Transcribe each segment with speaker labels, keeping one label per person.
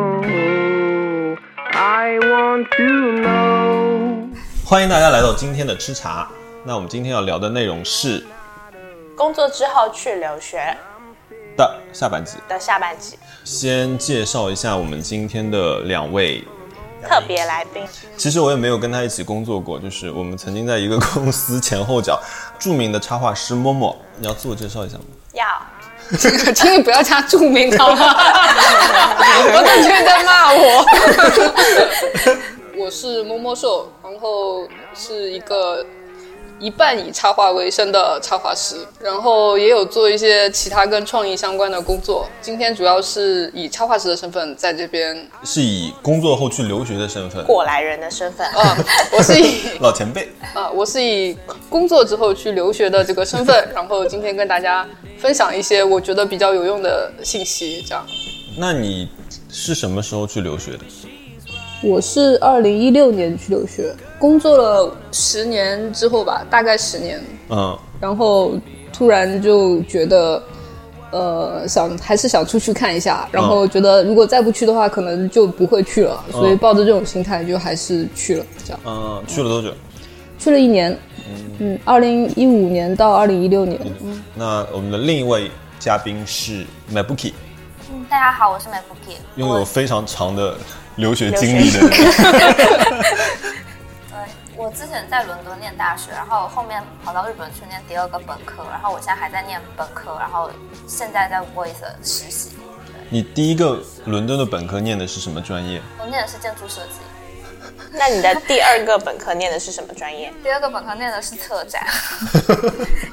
Speaker 1: Whoa, I want to know.
Speaker 2: 欢迎大家来到今天的吃茶。那我们今天要聊的内容是
Speaker 3: 工作之后去留学
Speaker 2: 的下半集。
Speaker 3: 的下半集
Speaker 2: 先介绍一下我们今天的两位，
Speaker 3: 特别来宾，
Speaker 2: 其实我也没有跟他一起工作过，就是我们曾经在一个公司前后脚。著名的插画师默默，你要自我介绍一下吗？
Speaker 3: 要
Speaker 4: 请你不要加注明好 吗？我感觉在骂 我。我是摸摸兽，然后是一个一半以插画为生的插画师，然后也有做一些其他跟创意相关的工作。今天主要是以插画师的身份在这边，
Speaker 2: 是以工作后去留学的身份，
Speaker 3: 过来人的身份，
Speaker 4: 啊，我是 以
Speaker 2: 老前辈。
Speaker 4: 啊，我是以工作之后去留学的这个身份，然后今天跟大家分享一些我觉得比较有用的信息。这样，
Speaker 2: 那你是什么时候去留学的？
Speaker 4: 我是二零一六年去留学，工作了十年之后吧，大概十年，
Speaker 2: 嗯，
Speaker 4: 然后突然就觉得，呃，想还是想出去看一下，然后觉得如果再不去的话，可能就不会去了，所以
Speaker 2: 嗯
Speaker 4: 抱着这种心态就还是去了，这样。
Speaker 2: 嗯，去了多久？
Speaker 4: 去了一年，嗯，二零一五年到二零一六年，
Speaker 2: 那我们的另一位嘉宾是 Mabuki，
Speaker 5: 嗯大家好，我是 Mabuki。
Speaker 2: 拥有非常长的留学
Speaker 3: 留学
Speaker 2: 经历的人。
Speaker 5: 呃，我之前在伦敦念大学，然后后面跑到日本去念第二个本科，然后我现在还在念本科，然后现在在 Voice 实习。
Speaker 2: 你第一个伦敦的本科念的是什么专业？
Speaker 5: 我念的是建筑设计，
Speaker 3: 那你的第二个本科念的是什么专业？
Speaker 5: 第二个本科念的是策 展，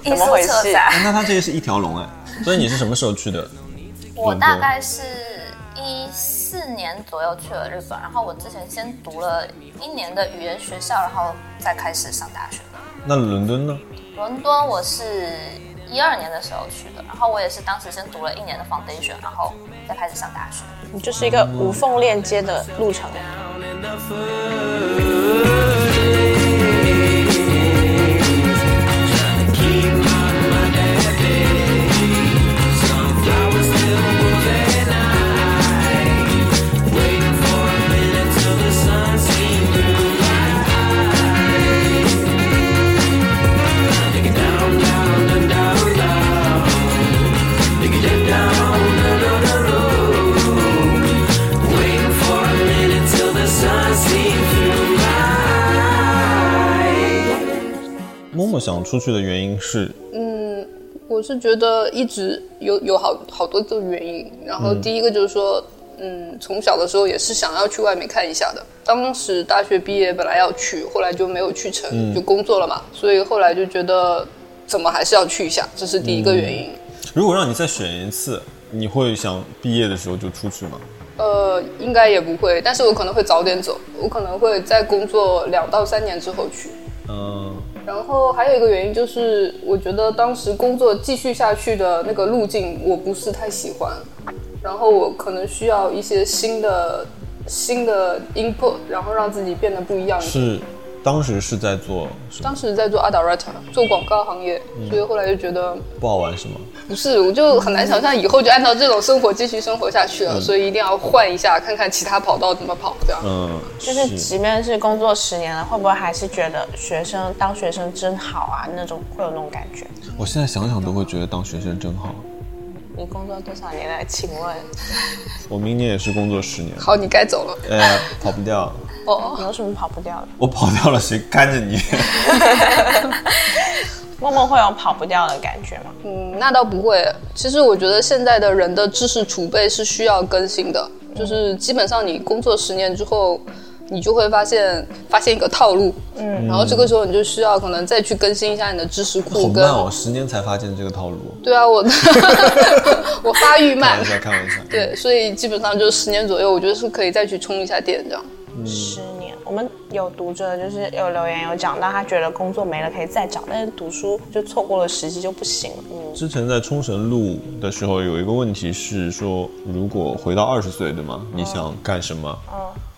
Speaker 5: 艺
Speaker 3: 么
Speaker 5: 术
Speaker 3: 回事
Speaker 5: 策展。
Speaker 2: 哎那他这个是一条龙哎，所以你是什么时候去的？
Speaker 5: 我大概是一四年左右去了日本，然后我之前先读了一年的语言学校，然后再开始上大学。
Speaker 2: 那伦敦呢？
Speaker 5: 伦敦我是一二年的时候去的，然后我也是当时先读了一年的 foundation，然后再开始上大学。
Speaker 3: 你就是一个无缝链接的路程。
Speaker 1: Down in the footage. Tryna keep my mind happy. Sunflowers still golden eye. Waiting for a minute till the sun seen through my eyes. Dig it down, down, down, down, down. Dig it down, down, down, down, down. Waiting for a minute till the sun seems through my eyes.
Speaker 2: 默默想出去的原因是，
Speaker 4: 我是觉得一直有有好好多个原因，然后第一个就是说，嗯，从小的时候也是想要去外面看一下的。当时大学毕业本来要去，后来就没有去成，就工作了嘛，所以后来就觉得怎么还是要去一下，这是第一个原因。
Speaker 2: 如果让你再选一次，你会想毕业的时候就出去吗？
Speaker 4: 呃，应该也不会，但是我可能会早点走，我可能会在工作两到三年之后去。
Speaker 2: 嗯，
Speaker 4: 然后还有一个原因就是，我觉得当时工作继续下去的那个路径我不是太喜欢，然后我可能需要一些新的新的 input，然后让自己变得不一样。
Speaker 2: 是当时是在做什么
Speaker 4: 当时在做 a d a r a t a 做广告行业，所以后来就觉得
Speaker 2: 不好玩是吗？
Speaker 4: 不是，我就很难想象以后就按照这种生活继续生活下去了，所以一定要换一下，看看其他跑道怎么跑这样。
Speaker 2: 嗯，
Speaker 3: 就是即便是工作十年了，会不会还是觉得学生当学生真好啊？那种会有那种感觉。
Speaker 2: 我现在想想都会觉得当学生真好。
Speaker 3: 你工作多少年了？请问
Speaker 2: 我明年也是工作十年，
Speaker 4: 好，你该走了。
Speaker 2: 哎呀，跑不掉，
Speaker 4: 哦，
Speaker 3: 有什么跑不掉的？
Speaker 2: 我跑掉了，谁看着 你？
Speaker 3: 默默会有跑不掉的感觉吗？
Speaker 4: 嗯，那倒不会。其实我觉得现在的人的知识储备是需要更新的，就是基本上你工作十年之后，你就会发现发现一个套路，嗯，然后这个时候你就需要可能再去更新一下你的知识
Speaker 2: 好
Speaker 4: 库跟。
Speaker 2: 慢哦，十年才发现这个套 路。
Speaker 4: 对啊， 我我发
Speaker 2: 开
Speaker 4: 育慢
Speaker 2: 玩，笑，开玩笑。
Speaker 4: 对，所以基本上就十年左右，我觉得是可以再去充一下电这样。
Speaker 3: 十年，我们有读者就是有留言有讲到，他觉得工作没了可以再找，但是读书就错过了时机就不行了。嗯，
Speaker 2: 之前在冲绳录的
Speaker 5: 嗯
Speaker 2: 时候，有一个问题是说，如果回到二十岁，对吗？你想干什么？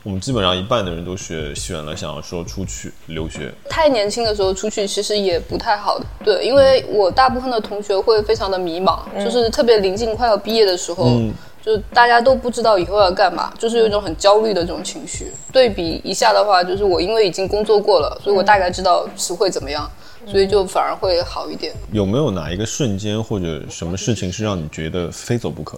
Speaker 2: 我们基本上一半的人都选选了想要说出去留学，
Speaker 4: 太年轻的时候出去其实也不太好的，对，因为我大部分的同学会非常的迷茫，就是特别临近快要毕业的时候，就大家都不知道以后要干嘛，就是有一种很焦虑的这种情绪。对比一下的话，就是我因为已经工作过了，所以我大概知道是会怎么样，所以就反而会好一点。
Speaker 2: 有没有哪一个瞬间或者什么事情是让你觉得非走不可？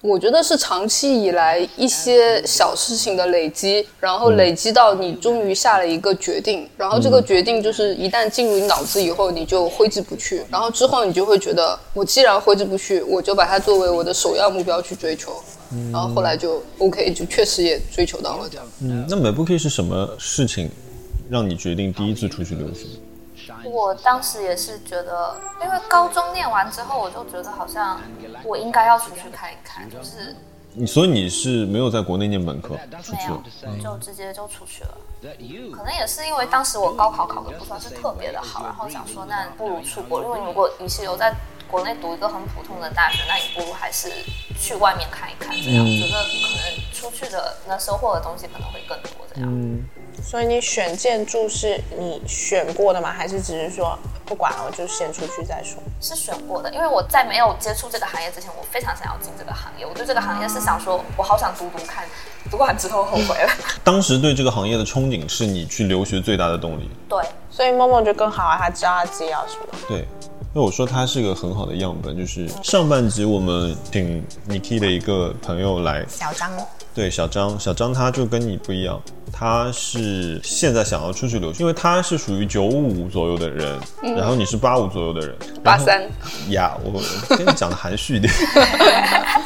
Speaker 4: 我觉得是长期以来一些小事情的累积，然后累积到你终于下了一个决定，然后这个决定就是一旦进入你脑子以后，你就挥之不去，然后之后你就会觉得，我既然挥之不去，我就把它作为我的首要目标去追求，然后后来就 OK，就确实也追求到了这样。
Speaker 2: 嗯，那 m a b o k 是什么事情让你决定第一次出去留学？
Speaker 5: 我当时也是觉得，因为高中念完之后，我就觉得好像我应该要出去看一看，就是
Speaker 2: 你所以你是没有在国内念本科出
Speaker 5: 没
Speaker 2: 去了？
Speaker 5: 有，就直接就出去了。嗯可能也是因为当时我高考考的不算是特别的好，然后想说那不如出国，因为如果你是有在国内读一个很普通的大学，那你不如还是去外面看一看，这样、
Speaker 2: 嗯
Speaker 5: 觉得可能出去的能收获的东西可能会更多，这样。
Speaker 3: 所以你选建筑是你选过的吗？还是只是说不管了，我就先出去再说？
Speaker 5: 是选过的，因为我在没有接触这个行业之前，我非常想要进这个行业。我对这个行业是想说，我好想读读看，读完之后后悔了。
Speaker 2: 当时对这个行业的憧憬是你去留学最大的动力。
Speaker 5: 对，
Speaker 3: 所以梦梦就更好啊，她知道她自己要什么。
Speaker 2: 对，因为我说它是一个很好的样本，就是上半集我们请 Niki 的一个朋友来，
Speaker 3: 小张，
Speaker 2: 对小张，小张他就跟你不一样，他是现在想要出去留学，因为他是属于九五左右的人，然后你是八五左右的人，
Speaker 4: 八
Speaker 2: 然后
Speaker 4: 三，
Speaker 2: 呀，我我跟你讲的含蓄一点。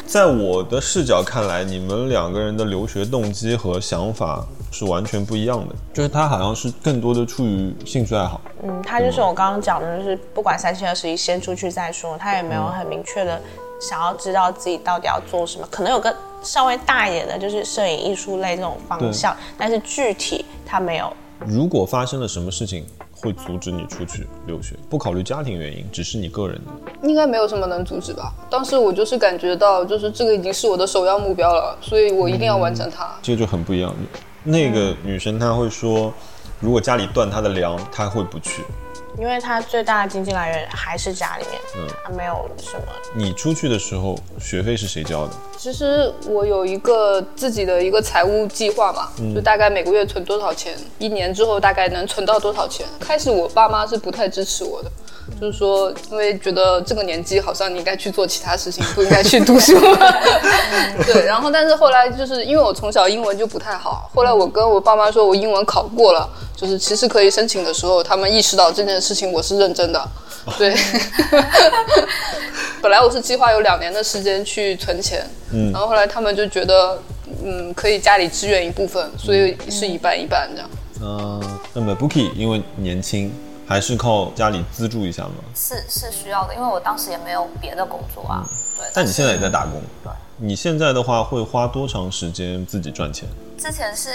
Speaker 2: 在我的视角看来，你们两个人的留学动机和想法是完全不一样的，就是他好像是更多的出于兴趣爱好。
Speaker 3: 嗯，他就是我刚刚讲的，就是不管三七二十一，先出去再说。他也没有很明确的想要知道自己到底要做什么，可能有个稍微大一点的，就是摄影艺术类这种方向，但是具体他没有。
Speaker 2: 如果发生了什么事情会阻止你出去留学，不考虑家庭原因，只是你个人的，
Speaker 4: 应该没有什么能阻止吧。当时我就是感觉到，就是这个已经是我的首要目标了，所以我一定要完成它。
Speaker 2: 这就很不一样。那个女生她会说，如果家里断她的粮，她会不去。
Speaker 3: 因为他最大的经济来源还是家里面，
Speaker 2: 嗯
Speaker 3: 他没有什么
Speaker 2: 你出去的时候，学费是谁交的？
Speaker 4: 其实我有一个自己的一个财务计划嘛，就大概每个月存多少钱，一年之后大概能存到多少钱。开始我爸妈是不太支持我的，就是说因为觉得这个年纪好像你应该去做其他事情，不应该去读书。对，然后但是后来就是因为我从小英文就不太好，后来我跟我爸妈说我英文考过了，就是其实可以申请的时候，他们意识到这件事情我是认真的。对， 本来我是计划有两年的时间去存钱，然后后来他们就觉得，嗯，可以家里支援一部分，所以是一半一半这样。
Speaker 2: 嗯、
Speaker 5: 呃
Speaker 2: 那么 Bookie 因为年轻，还是靠家里资助一下嘛。
Speaker 5: 是是需要的，因为我当时也没有别的工作
Speaker 2: 嗯
Speaker 5: 啊。对，
Speaker 2: 但你现在也在打工
Speaker 5: 对，
Speaker 2: 你现在的话会花多长时间自己赚钱？
Speaker 5: 之前是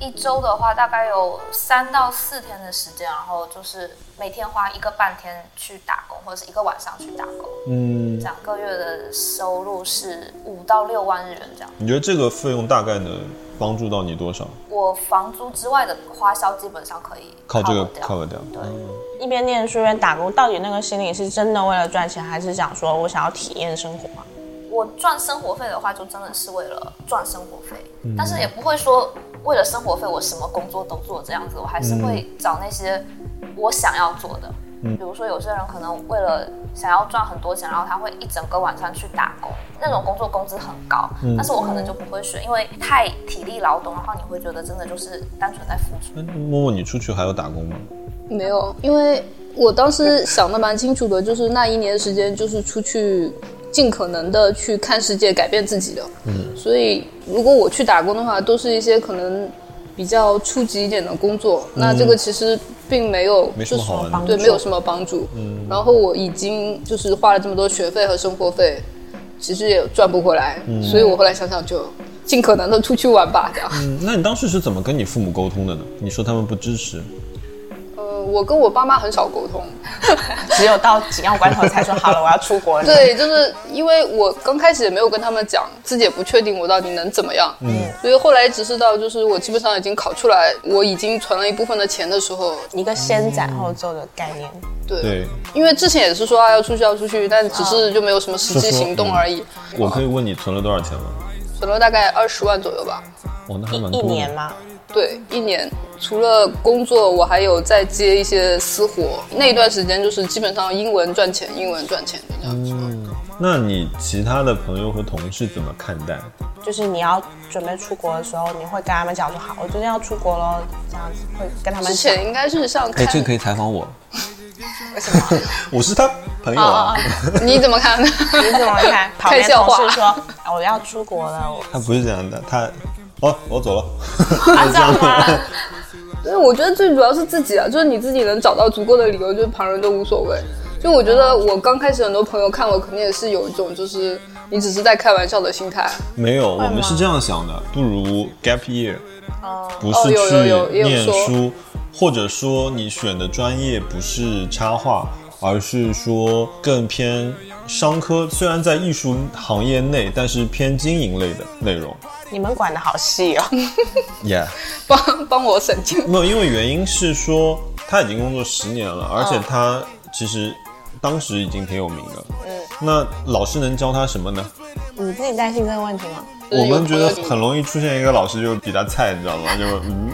Speaker 5: 一周的话，大概有三到四天的时间，然后就是每天花一个半天去打工，或者是一个晚上去打工。
Speaker 2: 嗯，
Speaker 5: 两个月的收入是五到六万日元这样。
Speaker 2: 你觉得这个费用大概能帮助到你多少？
Speaker 5: 我房租之外的花销基本上可以
Speaker 2: 靠这个
Speaker 5: cover 掉
Speaker 2: cover 掉。
Speaker 5: 对，
Speaker 3: 一边念书一边打工，到底那个心理是真的为了赚钱，还是想说我想要体验生活啊？
Speaker 5: 我赚生活费的话，就真的是为了赚生活费，但是也不会说为了生活费我什么工作都做这样子，我还是会找那些我想要做的。比如说，有些人可能为了想要赚很多钱，然后他会一整个晚上去打工，那种工作工资很高，但是我可能就不会选，因为太体力劳动，然后你会觉得真的就是单纯在付出。
Speaker 2: 那默默，你出去还有打工吗？
Speaker 4: 没有，因为我当时想的蛮清楚的，就是那一年时间就是出去。尽可能的去看世界，改变自己的。嗯，所以如果我去打工的话，都是一些可能比较初级一点的工作。那这个其实并没有，
Speaker 2: 嗯没什么好玩的
Speaker 4: 对，没有什么帮助。嗯，然后我已经就是花了这么多学费和生活费，其实也赚不回来。
Speaker 2: 嗯
Speaker 4: 所以我后来想想，就尽可能的出去玩吧，这样。
Speaker 2: 嗯，那你当时是怎么跟你父母沟通的呢？你说他们不支持，
Speaker 4: 嗯我跟我爸妈很少沟通，
Speaker 3: 只有到紧要关头才说好了，我要出国了。
Speaker 2: 嗯
Speaker 4: 对，就是因为我刚开始也没有跟他们讲，自己也不确定我到底能怎么样，嗯，所以后来只知道，就是我基本上已经考出来，我已经存了一部分的钱的时候，
Speaker 3: 一个先斩后奏的概念。
Speaker 4: 对，
Speaker 2: 对，
Speaker 4: 因为之前也是说啊要出去要出去，但只是就没有什么实际行动而已，
Speaker 2: 我可以问你存了多少钱吗？
Speaker 4: 存了大概二十万左右吧，
Speaker 2: 哦，那还蛮
Speaker 3: 一
Speaker 2: 多
Speaker 3: 年
Speaker 2: 的。
Speaker 3: 吗？
Speaker 4: 对，一年除了工作，我还有在接一些私活，那一段时间就是基本上英文赚钱，英文赚钱就这样子。
Speaker 2: 那你其他的朋友和同事怎么看待？
Speaker 3: 就是你要准备出国的时候，你会跟他们讲说好，我最近要出国咯，这样子会跟他们
Speaker 4: 之
Speaker 3: 讲。
Speaker 4: 前应该是像
Speaker 3: 哎
Speaker 4: 看，
Speaker 2: 以采访我。为什么？我是他朋友
Speaker 4: 哦
Speaker 2: 啊，
Speaker 4: 你怎么看呢？
Speaker 3: 你怎么 看？旁边
Speaker 4: 看笑话
Speaker 3: 同事说啊我要出国 了，啊我
Speaker 2: 他不是这样的，他哦，我走了。
Speaker 3: 啊这样 吗？
Speaker 4: 因为我觉得最主要是自己啊，就是你自己能找到足够的理由，就是旁人都无所谓。就我觉得我刚开始很多朋友看我，肯定也是有一种就是你只是在开玩笑的心态。
Speaker 2: 没有，我们是这样想的，不如 gap year，、不是
Speaker 4: 哦有有有也
Speaker 2: 去
Speaker 4: 有
Speaker 2: 念
Speaker 4: 说
Speaker 2: 书，或者说你选的专业不是插画，而是说更偏商科，虽然在艺术行业内，但是偏经营类的内容。
Speaker 3: 你们管的好细哦。
Speaker 2: Yeah，
Speaker 4: 帮帮我省钱，
Speaker 2: 没有，因为原因是说他已经工作十年
Speaker 4: 哦
Speaker 2: 了，而且他其实当时已经挺有名的。嗯，那老师能教他什么呢？
Speaker 3: 你自己担心这个问题吗？
Speaker 4: 就是
Speaker 2: 我
Speaker 4: 有
Speaker 2: 们觉得
Speaker 4: 朋友
Speaker 2: 很容易出现一个老师就比他菜，你知道 吗？就是嗯，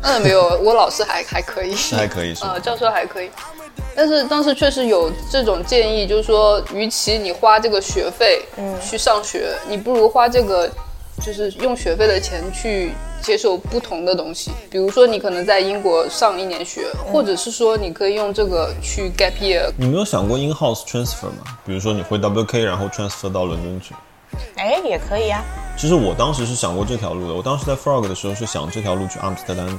Speaker 4: 嗯没有，我老师还还可以，
Speaker 2: 这还可以是吗
Speaker 4: 呃，教授还可以。但是当时确实有这种建议，就是说，与其你花这个学费去上学，你不如花这个，就是用学费的钱去接受不同的东西。比如说，你可能在英国上一年学，或者是说你可以用这个去 gap year。
Speaker 2: 你没有想过 in house transfer 吗？比如说你回 WK，然后 transfer 到伦敦去。
Speaker 3: 哎，也可以啊。
Speaker 2: 其实我当时是想过这条路的，我当时在 Frog 的时候是想这条路去阿姆斯特丹的。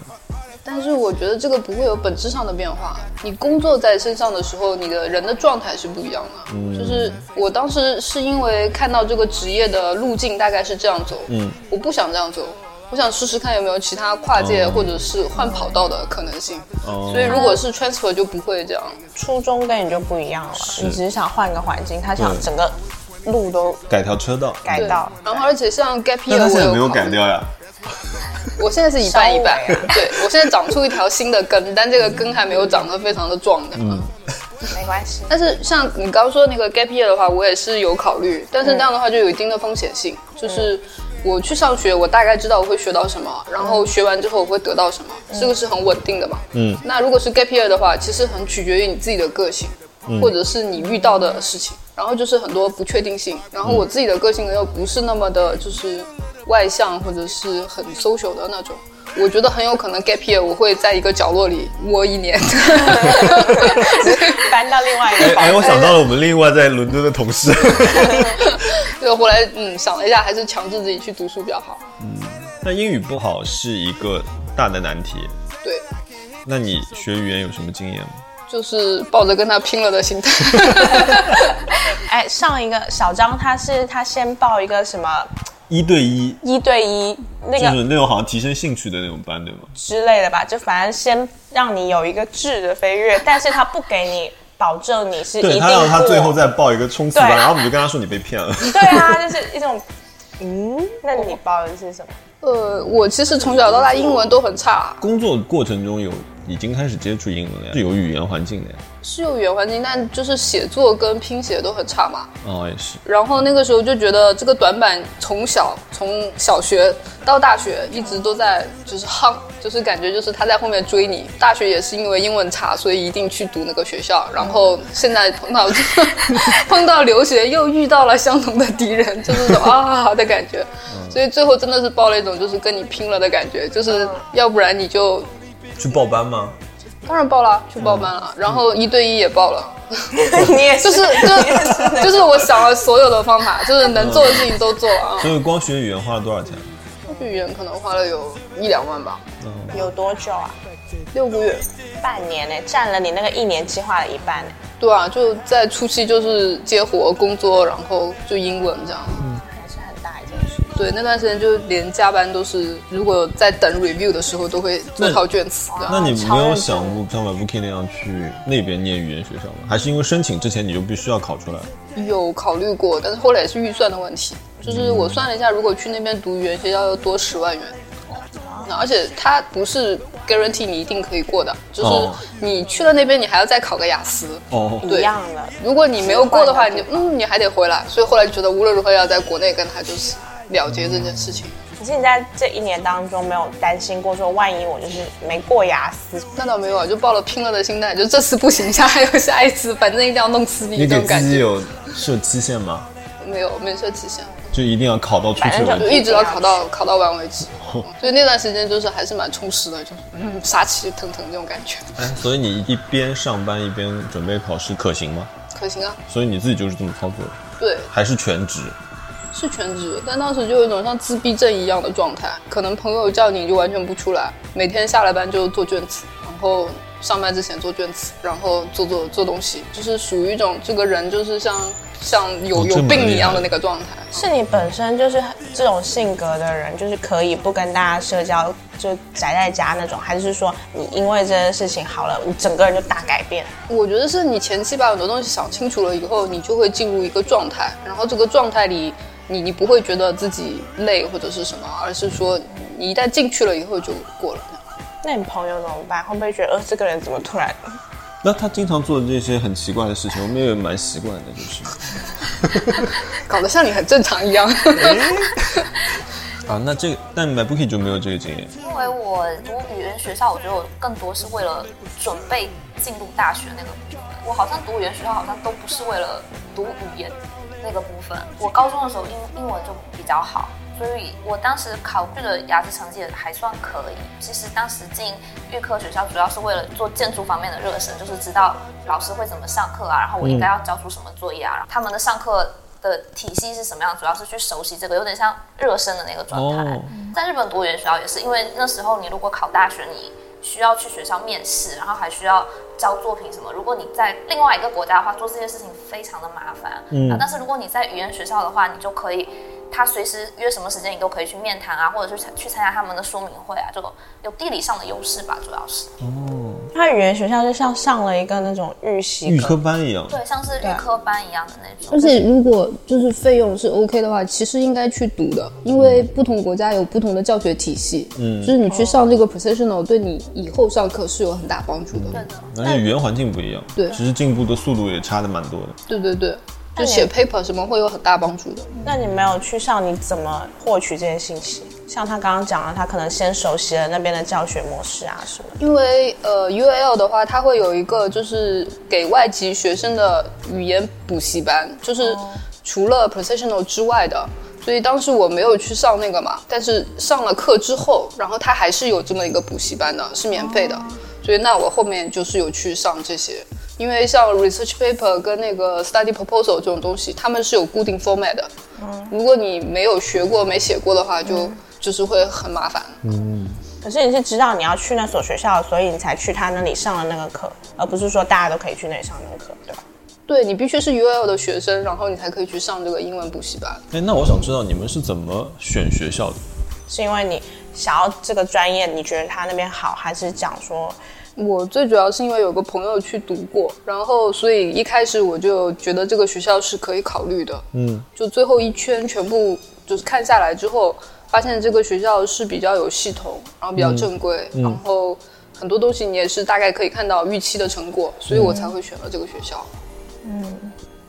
Speaker 4: 但是我觉得这个不会有本质上的变化。你工作在身上的时候，你的人的状态是不一样的。
Speaker 2: 嗯
Speaker 4: 就是我当时是因为看到这个职业的路径大概是这样走，嗯，我不想这样走，我想试试看有没有其他跨界
Speaker 2: 哦
Speaker 4: 或者是换跑道的可能性。
Speaker 2: 哦
Speaker 4: 所以如果是 transfer 就不会这样。
Speaker 3: 初衷跟你就不一样了，你只是想换个环境，他想
Speaker 2: 对
Speaker 3: 整个路都
Speaker 2: 改条车道，
Speaker 3: 改
Speaker 4: 对，
Speaker 3: 道。
Speaker 4: 然后而且像 gap
Speaker 2: 但
Speaker 4: year
Speaker 2: 他现
Speaker 4: 我
Speaker 2: 在没有
Speaker 4: 考
Speaker 2: 改
Speaker 4: 虑
Speaker 2: 掉呀。
Speaker 4: 我现在是一半一半
Speaker 3: 稍微啊，
Speaker 4: 对我现在长出一条新的根，但这个根还没有长得非常的壮的。
Speaker 3: 没关系，
Speaker 4: 但是像你刚说那个 gap year 的话，我也是有考虑，但是那样的话就有一定的风险性，就是我去上学，我大概知道我会学到什么，然后学完之后我会得到什么，这个是很稳定的嘛。嗯，那如果是 gap year 的话，其实很取决于你自己的个性，或者是你遇到的事情，然后就是很多不确定性。然后我自己的个性呢又不是那么的，就是外向或者是很 social 的那种。我觉得很有可能 gap year 我会在一个角落里窝一年，
Speaker 3: 搬到另外一
Speaker 2: 哎
Speaker 3: 个房
Speaker 2: 哎，我想到了我们另外在伦敦的同事。
Speaker 4: 对，后来嗯想了一下，还是强制自己去读书比较好。
Speaker 2: 那英语不好是一个大的难题。
Speaker 4: 对，
Speaker 2: 那你学语言有什么经验吗？
Speaker 4: 就是抱着跟他拼了的心态。
Speaker 3: 哎，上一个小张他是他先报一个什么
Speaker 2: 一对一，
Speaker 3: 一对一那
Speaker 2: 就
Speaker 3: 个
Speaker 2: 是那种好像提升兴趣的那种班，对吗？
Speaker 3: 之类的吧，就反正先让你有一个质的 飞跃，但是他不给你保证你是一
Speaker 2: 对
Speaker 3: 定
Speaker 2: 他让他
Speaker 3: 过
Speaker 2: 最后再报一个冲刺班，
Speaker 3: 对
Speaker 2: 然后我们就跟他说你被骗 了。
Speaker 3: 对啊，就是一种。嗯，那你报的是什么？
Speaker 4: 呃，我其实从小到大英文都很差，
Speaker 2: 工作过程中有已经开始接触英文了呀，是有语言环境的呀。
Speaker 4: 是有语言环境，但就是写作跟拼写都很差嘛。
Speaker 2: 哦，也是。
Speaker 4: 然后那个时候就觉得这个短板从小从小学到大学一直都在就是夯，就是感觉就是他在后面追你。大学也是因为英文差，所以一定去读那个学校。然后现在碰到 碰到留学，又遇到了相同的敌人，就是这种啊的感觉。所以最后真的是抱了一种就是跟你拼了的感觉，就是要不然你就
Speaker 2: 去报班吗？
Speaker 4: 当然报了，去报班了，然后一对一也报了。
Speaker 3: 你也
Speaker 4: 就是就就是我想了所有的方法，就是能做的事情都做了啊。
Speaker 2: 所以光学语言花了多少钱？
Speaker 4: 语言可能花了有一两万吧，
Speaker 3: 有多久啊？
Speaker 4: 六个月。
Speaker 3: 半年呢、占了你那个一年计划的一半呢、
Speaker 4: 对啊，就在初期就是接活、工作，然后就英文这样。
Speaker 3: 还是很大一件事情。
Speaker 4: 对，那段时间就连加班都是，如果在等 review 的时候，都会做
Speaker 2: 那
Speaker 4: 套卷子的。
Speaker 2: 那你
Speaker 5: 超
Speaker 2: 没有
Speaker 5: 认
Speaker 2: 想
Speaker 5: 真
Speaker 2: 过像 v o k 那样去那边念语言学校吗？还是因为申请之前你就必须要考出来？
Speaker 4: 有考虑过，但是后来也是预算的问题。就是我算了一下，如果去那边读语言学校要多十万元，那而且它不是 guarantee 你一定可以过的，就是
Speaker 2: 哦
Speaker 4: 你去了那边，你还要再考个雅思。
Speaker 2: 哦，
Speaker 4: 对
Speaker 3: 一样的，
Speaker 4: 如果你没有过的话，你就嗯，你还得回来。所以后来就觉得无论如何要在国内跟他就是了结这件事情。
Speaker 3: 可是你在这一年当中没有担心过说，万一我就是没过雅思，
Speaker 4: 那倒没有啊，就抱了拼了的心态，就这次不行，下还有下一次，反正一定要弄死你
Speaker 2: 你
Speaker 4: 这
Speaker 2: 给
Speaker 4: 种感
Speaker 2: 自己
Speaker 4: 觉。
Speaker 2: 有设期限吗？
Speaker 4: 没有，没设期限，
Speaker 2: 就一定要考到出去
Speaker 3: 反正
Speaker 2: 为
Speaker 4: 就
Speaker 2: 止？
Speaker 4: 一 直要考到考到完为止。所以那段时间就是还是蛮充实的，就是嗯，杀气腾腾这种感觉。
Speaker 2: 哎，所以你一边上班一边准备考试，可行吗？
Speaker 4: 可行啊，
Speaker 2: 所以你自己就是这么操作，
Speaker 4: 对，
Speaker 2: 还是全职？
Speaker 4: 是全职，但当时就有一种像自闭症一样的状态，可能朋友叫你就完全不出来，每天下了班就做卷子，然后上班之前做卷子，然后做做做东西，就是属于一种这个人就是像像有
Speaker 2: 哦
Speaker 4: 有
Speaker 2: 这么
Speaker 4: 病
Speaker 2: 厉
Speaker 4: 一样的
Speaker 2: 害
Speaker 4: 那个状态。
Speaker 3: 是你本身就是这种性格的人，就是可以不跟大家社交，就宅在家那种，还是说你因为这件事情好了，你整个人就大改变？
Speaker 4: 嗯我觉得是你前期把很多东西想清楚了以后，你就会进入一个状态，然后这个状态里，你你不会觉得自己累或者是什么，而是说你一旦进去了以后就过了。
Speaker 3: 那你朋友怎么办？会不会觉得，呃，这个人怎么突然？
Speaker 2: 那他经常做的这些很奇怪的事情，我们也蛮习惯的，就是。
Speaker 4: 搞得像你很正常一样。
Speaker 2: 啊，那这个，但 m y b o o k i 就没有这个经验。
Speaker 5: 因为我读语言学校，我觉得我更多是为了准备进入大学那个部分。我好像读语言学校，好像都不是为了读语言那个部分。我高中的时候英英文就比较好，所以我当时考虑的雅思成绩也还算可以。其实当时进预科学校主要是为了做建筑方面的热身，就是知道老师会怎么上课啊，然后我应该要交出什么作业啊，然后他们的上课。的体系是什么样？主要是去熟悉这个，有点像热身的那个状态。
Speaker 2: 哦
Speaker 5: 在日本读语言学校也是，因为那时候你如果考大学，你需要去学校面试，然后还需要交作品什么。如果你在另外一个国家的话，做这件事情非常的麻烦。嗯、啊，但是如果你在语言学校的话，你就可以。他随时约什么时间，你都可以去面谈啊，或者是去参加他们的说明会啊，这种有地理上的优势吧，主要是
Speaker 3: 他语言学校就像上了一个那种预习
Speaker 2: 预
Speaker 3: 课
Speaker 2: 科，班一样，
Speaker 5: 对，像是预科班一样的那种。
Speaker 4: 而且如果就是费用是 OK 的话，其实应该去读的，因为不同国家有不同的教学体系。嗯，就是你去上这个 professional，对你以后上课是有很大帮助的。
Speaker 2: 而且语言环境不一样，
Speaker 4: 对
Speaker 2: 只是进步的速度也差的蛮多的。
Speaker 4: 对对对，就写 paper 什么会有很大帮助的。
Speaker 3: 那你没有去上，你怎么获取这些信息？像他刚刚讲了，他可能先熟悉了那边的教学模式啊什么的。
Speaker 4: 因为呃 UAL 的话，它会有一个就是给外籍学生的语言补习班，就是除了 professional 之外的。所以当时我没有去上那个嘛，但是上了课之后，然后它还是有这么一个补习班的，是免费的。所以那我后面就是有去上这些，因为像 research paper 跟那个 study proposal 这种东西，他们是有固定 format 的。如果你没有学过、没写过的话，就、就是会很麻烦。
Speaker 3: 可是你是知道你要去那所学校，所以你才去他那里上了那个课，而不是说大家都可以去那里上那个课，对吧？
Speaker 4: 对你必须是 UL 的学生，然后你才可以去上这个英文补习班。
Speaker 2: 哎，那我想知道你们是怎么选学校的？
Speaker 3: 是因为你想要这个专业，你觉得他那边好，还是讲说
Speaker 4: 我最主要是因为有个朋友去读过，然后所以一开始我就觉得这个学校是可以考虑的。嗯，就最后一圈全部就是看下来之后，发现这个学校是比较有系统，然后比较正规，然后很多东西你也是大概可以看到预期的成果，所以我才会选了这个学校。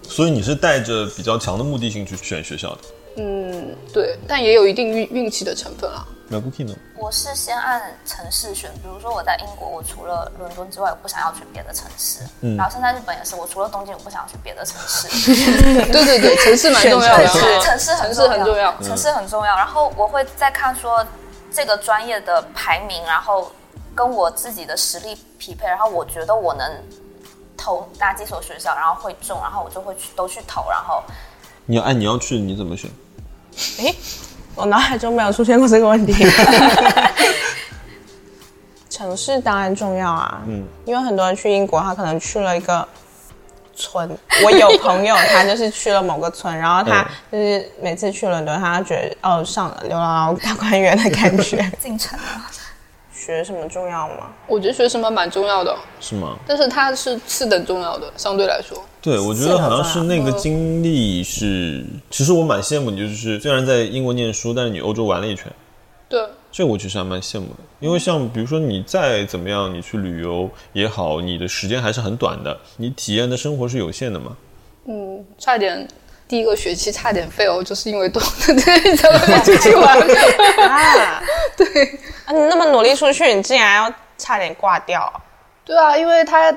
Speaker 2: 所以你是带着比较强的目的性去选学校的。
Speaker 4: 嗯，对，但也有一定运运气的成分啊。
Speaker 2: m y b o o k i 呢？
Speaker 5: 我是先按城市选，比如说我在英国，我除了伦敦之外，我不想要去别的城市。然后现在日本也是，我除了东京，我不想要去别的城市。
Speaker 4: 对对对，城市蛮重要的啊，
Speaker 5: 对城市
Speaker 4: 城
Speaker 5: 很
Speaker 4: 市很重要。
Speaker 5: 城市很重要。然后我会再看说这个专业的排名，然后跟我自己的实力匹配，然后我觉得我能投哪几所学校，然后会中，然后我就会去都去投，然后
Speaker 2: 你要哎，你要去你怎么选？
Speaker 3: 我脑海中没有出现过这个问题。城市当然重要啊，嗯，因为很多人去英国，他可能去了一个村，我有朋友他就是去了某个村，然后他就是每次去伦敦，他觉得哦上了流浪大观园的感觉。
Speaker 5: 进城了。
Speaker 3: 学什么重要吗？
Speaker 4: 我觉得学什么蛮重要的，
Speaker 2: 是吗？
Speaker 4: 但是它是次等重要的，相对来说。
Speaker 2: 对，我觉得好像是那个经历是，其实我蛮羡慕你，就是虽然在英国念书，但是你欧洲玩了一圈，
Speaker 4: 对，
Speaker 2: 这我其实还蛮羡慕的。因为像比如说你再怎么样，你去旅游也好，你的时间还是很短的，你体验的生活是有限的嘛。
Speaker 4: 嗯，差点第一个学期差点 fail，就是因为多对，在外面出去玩。
Speaker 3: 啊，
Speaker 4: 对，
Speaker 3: 啊你那么努力出去，你竟然要差点挂掉，
Speaker 4: 对啊，因为他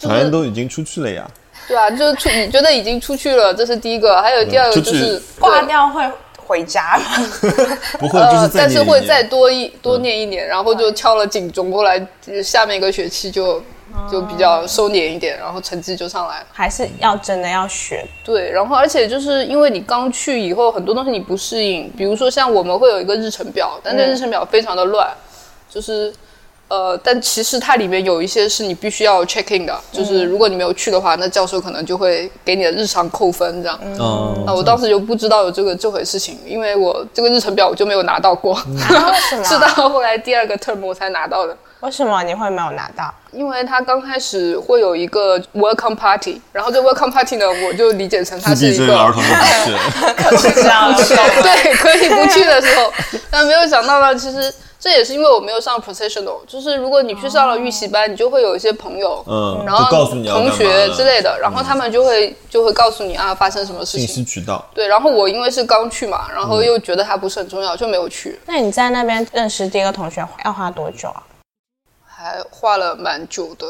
Speaker 2: 反正都已经出去了呀，
Speaker 4: 对啊，就是出你觉得已经出去了，这是第一个，还有第二个就
Speaker 2: 嗯出去
Speaker 4: 是
Speaker 3: 挂
Speaker 4: 对
Speaker 3: 掉会回家吗？
Speaker 2: 不会就是在
Speaker 4: 呃但
Speaker 2: 你
Speaker 4: 是会
Speaker 2: 你
Speaker 4: 再多一多念一
Speaker 2: 嗯
Speaker 4: 年，然后就敲了警钟，后来就是下面一个学期就就比较收敛一点，然后成绩就上来了。
Speaker 3: 还是要真的要学？
Speaker 4: 对，然后而且就是因为你刚去以后，很多东西你不适应，比如说像我们会有一个日程表，但那日程表非常的乱，就是。呃，但其实它里面有一些是你必须要 check in 的，就是如果你没有去的话，那教授可能就会给你的日常扣分这样。
Speaker 2: 嗯
Speaker 4: 啊，我当时就不知道有这个这回事情，因为我这个日程表我就没有拿到过，
Speaker 3: 为什
Speaker 4: 直
Speaker 3: 么？
Speaker 4: 到后来第二个 term 我才拿到的。
Speaker 3: 为什么你会没有拿到？
Speaker 4: 因为他刚开始会有一个 welcome party，然后这 welcome party 呢，我就理解成它
Speaker 2: 自
Speaker 4: 是
Speaker 2: 闭
Speaker 4: 一
Speaker 2: 症儿
Speaker 4: 个
Speaker 2: 童的不适，
Speaker 3: 我知道了，
Speaker 4: 对可以不去的时候，但没有想到呢，其实这也是因为我没有上 professional，就是如果你去上了预习班，你就会有一些朋友，
Speaker 2: 嗯，
Speaker 4: 然
Speaker 2: 就
Speaker 4: 后
Speaker 2: 告诉你要
Speaker 4: 同
Speaker 2: 干嘛
Speaker 4: 学
Speaker 2: 了
Speaker 4: 之类的，然后他们就会就会告诉你啊发生什么事
Speaker 2: 信息嗯
Speaker 4: 情。
Speaker 2: 渠道，
Speaker 4: 对，然后我因为是刚去嘛，然后又觉得它不是很重要，就没有去。
Speaker 3: 那你在那边认识第一个同学要花多久啊？
Speaker 4: 还花了蛮久的，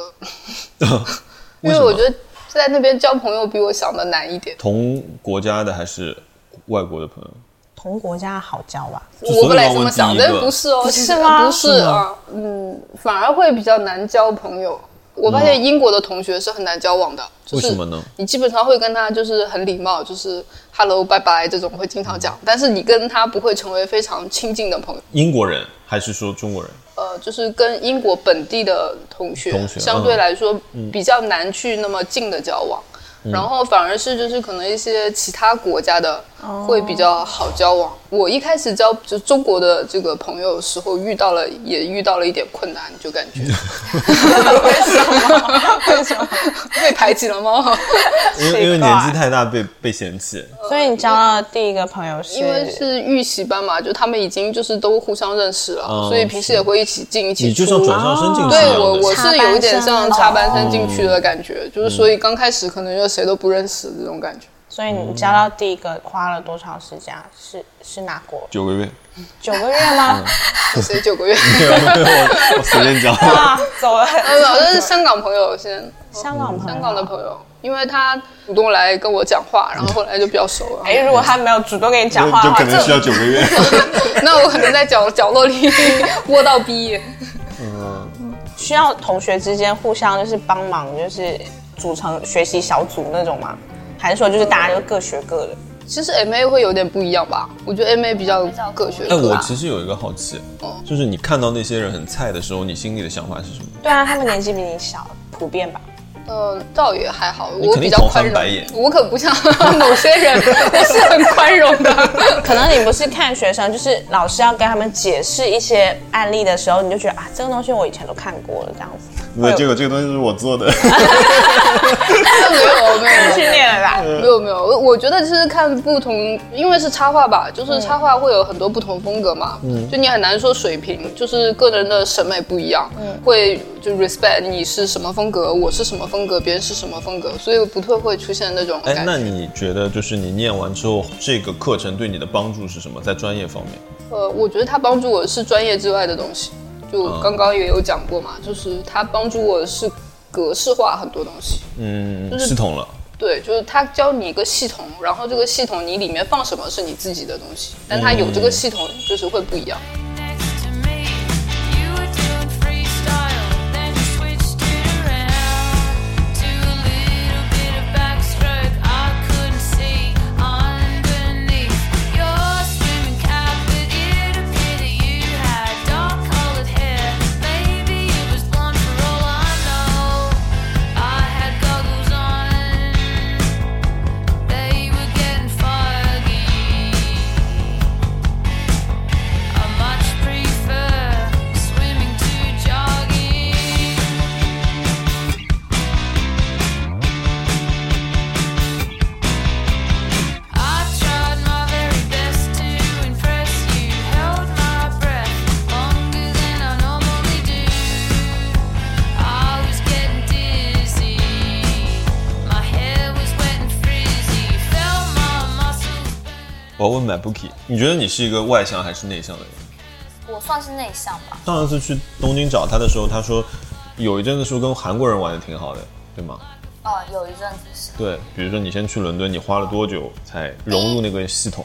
Speaker 4: 因
Speaker 2: 为
Speaker 4: 为
Speaker 2: 什
Speaker 4: 我
Speaker 2: 么
Speaker 4: 觉得在那边交朋友比我想的难一点。
Speaker 2: 同国家的还是外国的朋友？
Speaker 3: 同国家好交吧？
Speaker 2: 就
Speaker 4: 我
Speaker 2: 所有
Speaker 4: 本来
Speaker 2: 要
Speaker 4: 这
Speaker 2: 问
Speaker 4: 么
Speaker 2: 第
Speaker 4: 想
Speaker 2: 一
Speaker 4: 的，
Speaker 2: 个
Speaker 4: 不是哦，
Speaker 3: 是吗
Speaker 4: 不是啊，嗯，反而会比较难交朋友。我发现英国的同学是很难交往的，就
Speaker 2: 为
Speaker 4: 是
Speaker 2: 什么呢？
Speaker 4: 你基本上会跟他就是很礼貌，就是 hello 拜拜这种会经常讲，但是你跟他不会成为非常亲近的朋友。
Speaker 2: 英国人还是说中国人？
Speaker 4: 呃，就是跟英国本地的同学
Speaker 2: 同学
Speaker 4: 相
Speaker 2: 嗯
Speaker 4: 对
Speaker 2: 嗯
Speaker 4: 来说比较难去那么近的交往，然后反而是就是可能一些其他国家的会比较好交往。我一开始交就中国的这个朋友的时候遇到了也遇到了一点困难，就感觉 为什么 为什么被排挤 了吗？
Speaker 2: 因为因为年纪太大被被嫌弃，
Speaker 3: 所以你交到的第一个朋友是？
Speaker 4: 因为是预习班嘛，就他们已经就是都互相认识了，
Speaker 2: 哦
Speaker 4: 所以平时也会一起进一起
Speaker 2: 你就
Speaker 4: 出。
Speaker 2: 像转校生进去一
Speaker 4: 对
Speaker 2: 样
Speaker 4: 我，
Speaker 2: 的。
Speaker 4: 我是有一点像插班生
Speaker 3: 哦
Speaker 4: 进去的感觉，就是所以刚开始可能就谁都不认识这种感觉。
Speaker 3: 所以你交到第一个花了多长时间啊？是是哪国？
Speaker 2: 九个月，
Speaker 3: 九个月 吗？
Speaker 4: 谁九个月？
Speaker 2: 我随便讲。
Speaker 3: 啊，走了。
Speaker 4: 没有，这是香港朋友先，
Speaker 3: 香港朋友，
Speaker 4: 香港的。朋友，因为他主动来跟我讲话，然后后来就比较熟了。
Speaker 3: 哎，如果他没有主动跟你讲话的
Speaker 2: 就
Speaker 3: 话，
Speaker 2: 可能需要九个月。
Speaker 4: 那我可能在角角落里 窝到毕业。
Speaker 3: 需要同学之间互相就是帮忙，就是组成学习小组那种吗？还是说就是大家就各学各的？
Speaker 4: 其实 M A 会有点不一样吧，我觉得 M A 比较各学
Speaker 2: 哎，
Speaker 4: 各
Speaker 2: 我
Speaker 4: 吧。
Speaker 2: 其实有一个好奇，
Speaker 4: 哦
Speaker 2: 就是你看到那些人很菜的时候，你心里的想法是什么？
Speaker 3: 对啊，他们年纪比你小，普遍吧。
Speaker 4: 呃，倒也还好，
Speaker 2: 你
Speaker 4: 我
Speaker 2: 肯定
Speaker 4: 比较
Speaker 2: 狂
Speaker 4: 宽
Speaker 2: 翻
Speaker 4: 容
Speaker 2: 白眼，
Speaker 4: 我可不像 某些人，我是很宽容 的。
Speaker 3: 可能你不是看学生，就是老师要跟他们解释一些案例的时候，你就觉得啊，这个东西我以前都看过了，这样子。
Speaker 2: 对，这个这个东西是我做的。
Speaker 4: 没有没有，
Speaker 3: 训练了啦，
Speaker 4: 没有没有，我我觉得就是看不同，因为是插画吧，
Speaker 2: 嗯
Speaker 4: 就是插画会有很多不同风格嘛，就你很难说水平，就是个人的审美不一样，
Speaker 2: 嗯
Speaker 4: 会就 respect 你是什么风格，我是什么风格，别人是什么风格，所以不会会出现那种
Speaker 2: 哎，
Speaker 4: 感
Speaker 2: 那
Speaker 4: 觉。
Speaker 2: 你觉得就是你念完之后，这个课程对你的帮助是什么？在专业方面，
Speaker 4: 呃，我觉得他帮助我是专业之外的东西，就
Speaker 2: 嗯
Speaker 4: 刚刚也有讲过嘛，就是他帮助我是格式化很多东西。
Speaker 2: 嗯，
Speaker 4: 是
Speaker 2: 系统了。
Speaker 4: 对，就是他教你一个系统，然后这个系统你里面放什么是你自己的东西，但他有这
Speaker 2: 嗯
Speaker 4: 个系统就是会不一样。
Speaker 6: Next to me, you were doing freestyle, then you switched it around to a little bit of backstroke. I couldn't see underneath your swimming cap, but it appeared that you had dark-colored hair. Maybe it was blonde for all I know. I had goggles on.
Speaker 2: 我要问 Mabuki，你觉得你是一个外向还是内向的人？
Speaker 5: 我算是内向吧，
Speaker 2: 上一次去东京找他的时候，他说有一阵子是跟韩国人玩的挺好的，对吗？
Speaker 5: 呃，有一阵子是。
Speaker 2: 对，比如说你先去伦敦，你花了多久才融入那个系统？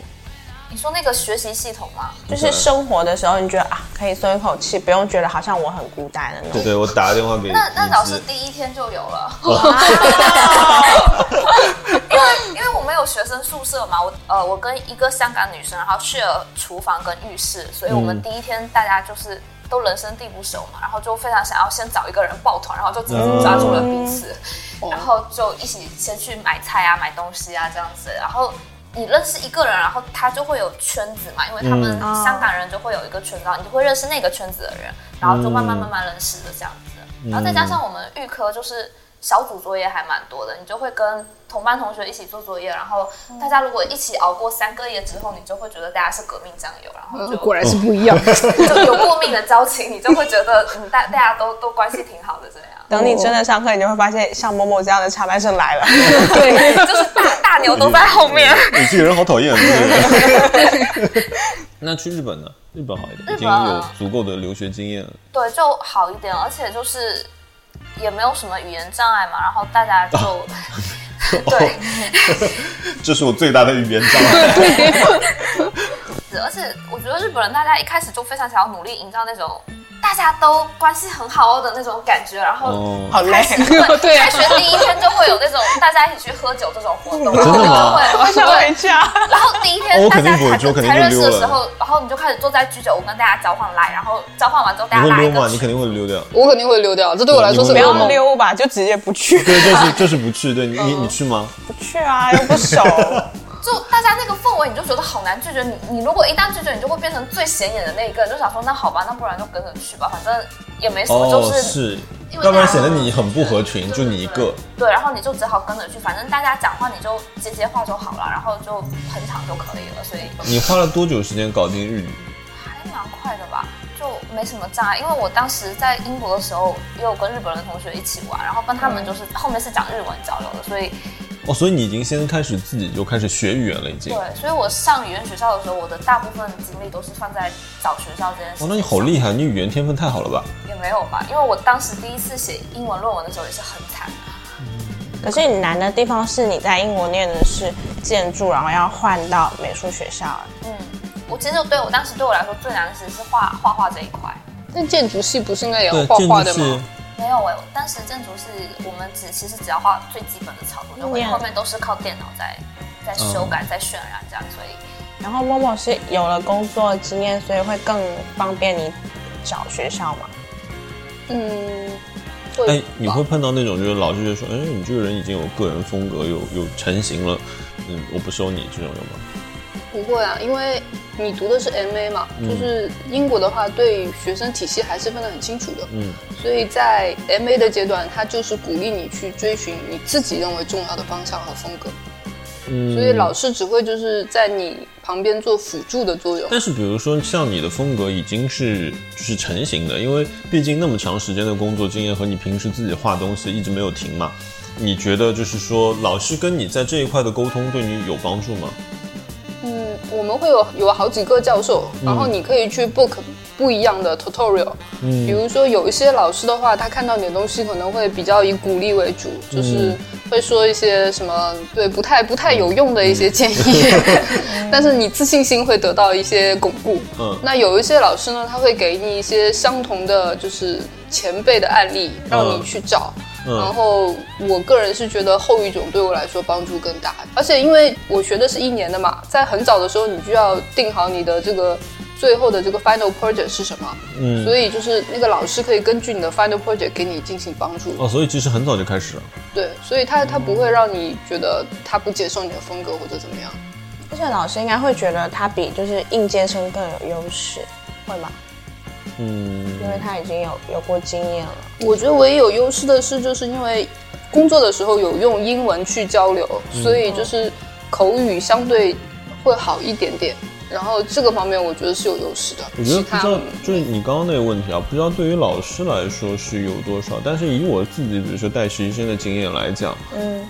Speaker 5: 你说那个学习系统吗？
Speaker 3: 就是生活的时候，你觉得啊，可以松一口气，不用觉得好像我很孤单的那
Speaker 2: 对
Speaker 3: 种。
Speaker 2: 对，我打个电话给
Speaker 5: 哦那那老
Speaker 2: 一
Speaker 5: 师
Speaker 2: 只
Speaker 5: 第一天就有了， 因为因为我们有学生宿舍嘛，我呃我跟一个香港女生，然后去了厨房跟浴室，所以我们第一天大家就是都人生地不熟嘛，然后就非常想要先找一个人抱团，然后就紧紧抓住了彼此，
Speaker 4: 哦
Speaker 5: 然后就一起先去买菜啊、买东西啊这样子，然后。你认识一个人，然后他就会有圈子嘛，因为他们
Speaker 3: 嗯
Speaker 5: 香港人就会有一个圈子，然后你就会认识那个圈子的人，然后就慢慢慢慢认识的这样子。
Speaker 4: 嗯
Speaker 5: 然后再加上我们预科就是小组作业还蛮多的，你就会跟同班同学一起做作业，然后大家如果一起熬过三个月之后，你就会觉得大家是革命战友，然后
Speaker 4: 呃
Speaker 5: 就
Speaker 4: 果然是不一样。
Speaker 5: 就有过命的交情，你就会觉得嗯大大家都都关系挺好的这样。
Speaker 3: 等你真的上课，你就会发现像某某这样的插班生来了。
Speaker 5: 对， 就是大大牛都在后面。
Speaker 2: 你这个人好讨厌。这个人 那去日本呢？日本好一点，已经
Speaker 5: 啊
Speaker 2: 有足够的留学经验了。
Speaker 5: 对，就好一点，而且就是也没有什么语言障碍嘛，然后 大家就、
Speaker 2: 哦
Speaker 5: 对，
Speaker 2: 这是我最大的语言障 碍。
Speaker 5: 而且我觉得日本人大家一开始就非常想要努力营造那种大家都关系很好哦的那种感觉，然后
Speaker 2: 哦，
Speaker 3: 好累，
Speaker 4: 对啊
Speaker 5: 开，学第一天就会有那种大家一起去喝酒这种活动，
Speaker 2: 真的吗
Speaker 5: 然后
Speaker 3: 我
Speaker 5: 就
Speaker 3: 想
Speaker 5: 会
Speaker 3: 回家。
Speaker 5: 然后第一天
Speaker 2: 哦我
Speaker 5: 大
Speaker 2: 肯定
Speaker 5: 家
Speaker 2: 不会
Speaker 5: 才
Speaker 2: 就肯定
Speaker 5: 才
Speaker 2: 就
Speaker 5: 认识
Speaker 2: 溜
Speaker 5: 的
Speaker 2: 了
Speaker 5: 时候，然后你就开始坐在居酒屋跟大家交换来，然后交换完之后大
Speaker 2: 你
Speaker 5: 家
Speaker 2: 会
Speaker 5: 来一
Speaker 2: 溜
Speaker 5: 个
Speaker 2: 吗？你肯定会溜掉。
Speaker 4: 我肯定会溜掉，这对我来说是
Speaker 2: 你会
Speaker 3: 不
Speaker 4: 噩
Speaker 3: 要
Speaker 2: 吗
Speaker 4: 梦。
Speaker 3: 溜吧，就直接不 去，
Speaker 2: 对，这是这是不去。对你
Speaker 5: 嗯
Speaker 2: 你你去吗？
Speaker 3: 不去啊，又不 熟。
Speaker 5: 就大家那个氛围，你就觉得好难拒绝。你你如果一旦拒绝，你就会变成最显眼的那一个，你就想说那好吧，那不然就跟着去吧，反正也没什么，
Speaker 2: 哦
Speaker 5: 就，是
Speaker 2: 是，
Speaker 5: 因为
Speaker 2: 要不
Speaker 5: 大
Speaker 2: 然
Speaker 5: 家
Speaker 2: 显得你很不合群，就你一个。
Speaker 5: 对，然后你就只好跟着去，反正大家讲话你就接接话就好了，然后就捧场就可以了，所以
Speaker 2: 你花了多久时间搞定日语？
Speaker 5: 还蛮快的吧，就没什么障碍。因为我当时在英国的时候，也有跟日本人同学一起玩，然后跟他
Speaker 2: 嗯
Speaker 5: 们就是后面是讲日文交流的，所以
Speaker 2: 哦，所以你已经先开始自己就开始学语言了，已经。
Speaker 5: 对
Speaker 2: 哦，，
Speaker 5: 所以我上语言学校的时候，我的大部分精力都是放在找学校这件事
Speaker 2: 哦
Speaker 5: 情。
Speaker 2: 那你好厉害，你语言天分太好了吧？
Speaker 5: 也没有吧，因为我当时第一次写英文论文的时候也是很惨。
Speaker 3: 可是你难的地方是你在英国念的是建筑，然后要换到美术学校。
Speaker 5: 嗯，我其实对我当时对我来说最难的其实是画画画这一块。
Speaker 4: 但建筑系不是应该也要
Speaker 2: 对，
Speaker 4: 画
Speaker 2: 建
Speaker 4: 画
Speaker 2: 筑
Speaker 4: 的
Speaker 2: 系
Speaker 4: 吗？。
Speaker 5: 没有哎、我当时建筑是我们只其实只要画最基本的草图，就会
Speaker 3: 嗯
Speaker 5: 后面都是靠电脑在在修改、在渲染这样，所以
Speaker 3: 然后默默是有了工作经验，所以会更方便你找学校嘛。
Speaker 4: 嗯，
Speaker 2: 哎
Speaker 4: 会，
Speaker 2: 你会碰到那种就是老师就说，哎，你这个人已经有个人风格，有有成型了，嗯，我不收你这种有吗？
Speaker 4: 不会啊？因为你读的是 MA 嘛，
Speaker 2: 嗯
Speaker 4: 就是英国的话，对学生体系还是分得很清楚的。
Speaker 2: 嗯，
Speaker 4: 所以在 MA 的阶段，他就是鼓励你去追寻你自己认为重要的方向和风格。
Speaker 2: 嗯
Speaker 4: 所以老师只会就是在你旁边做辅助的作用。
Speaker 2: 但是比如说像你的风格已经是就是成型的，因为毕竟那么长时间的工作经验和你平时自己画东西一直没有停嘛。你觉得就是说，老师跟你在这一块的沟通对你有帮助吗？
Speaker 4: 嗯，我们会有有好几个教授，
Speaker 2: 嗯
Speaker 4: 然后你可以去 book 不一样的 tutorial。嗯，比如说有一些老师的话，他看到你的东西可能会比较以鼓励为主，
Speaker 2: 嗯
Speaker 4: 就是会说一些什么对不太不太有用的一
Speaker 2: 嗯
Speaker 4: 些建议， 但是你自信心会得到一些巩固。
Speaker 2: 嗯
Speaker 4: 那有一些老师呢，他会给你一些相同的就是前辈的案例，让你去找。
Speaker 2: 嗯
Speaker 4: 然后我个人是觉得后一种对我来说帮助更大，而且因为我学的是一年的嘛，在很早的时候你就要定好你的这个最后的这个 final project 是什么，
Speaker 2: 嗯
Speaker 4: 所以就是那个老师可以根据你的 final project 给你进行帮助，
Speaker 2: 哦，所以其实很早就开始了。
Speaker 4: 对，所以他他不会让你觉得他不接受你的风格或者怎么样，
Speaker 3: 而且老师应该会觉得他比就是应届生更有优势，会吗？
Speaker 2: 嗯，
Speaker 3: 因为他已经有有过经验了。
Speaker 4: 我觉得唯一有优势的是，就是因为工作的时候有用英文去交流，
Speaker 2: 嗯
Speaker 4: 所以就是口语相对会好一点点。然后这个方面我觉得是有优势的。
Speaker 2: 我觉得
Speaker 4: 其
Speaker 2: 不
Speaker 4: 他
Speaker 2: 知道，就是你刚刚那个问题啊，不知道对于老师来说是有多少，但是以我自己，比如说带实习生的经验来讲，
Speaker 3: 嗯，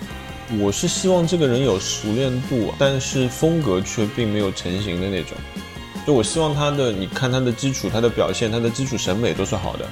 Speaker 2: 我是希望这个人有熟练度，但是风格却并没有成型的那种。就我希望他的，你看他的基础、他的表现、他的基础审美都是好的。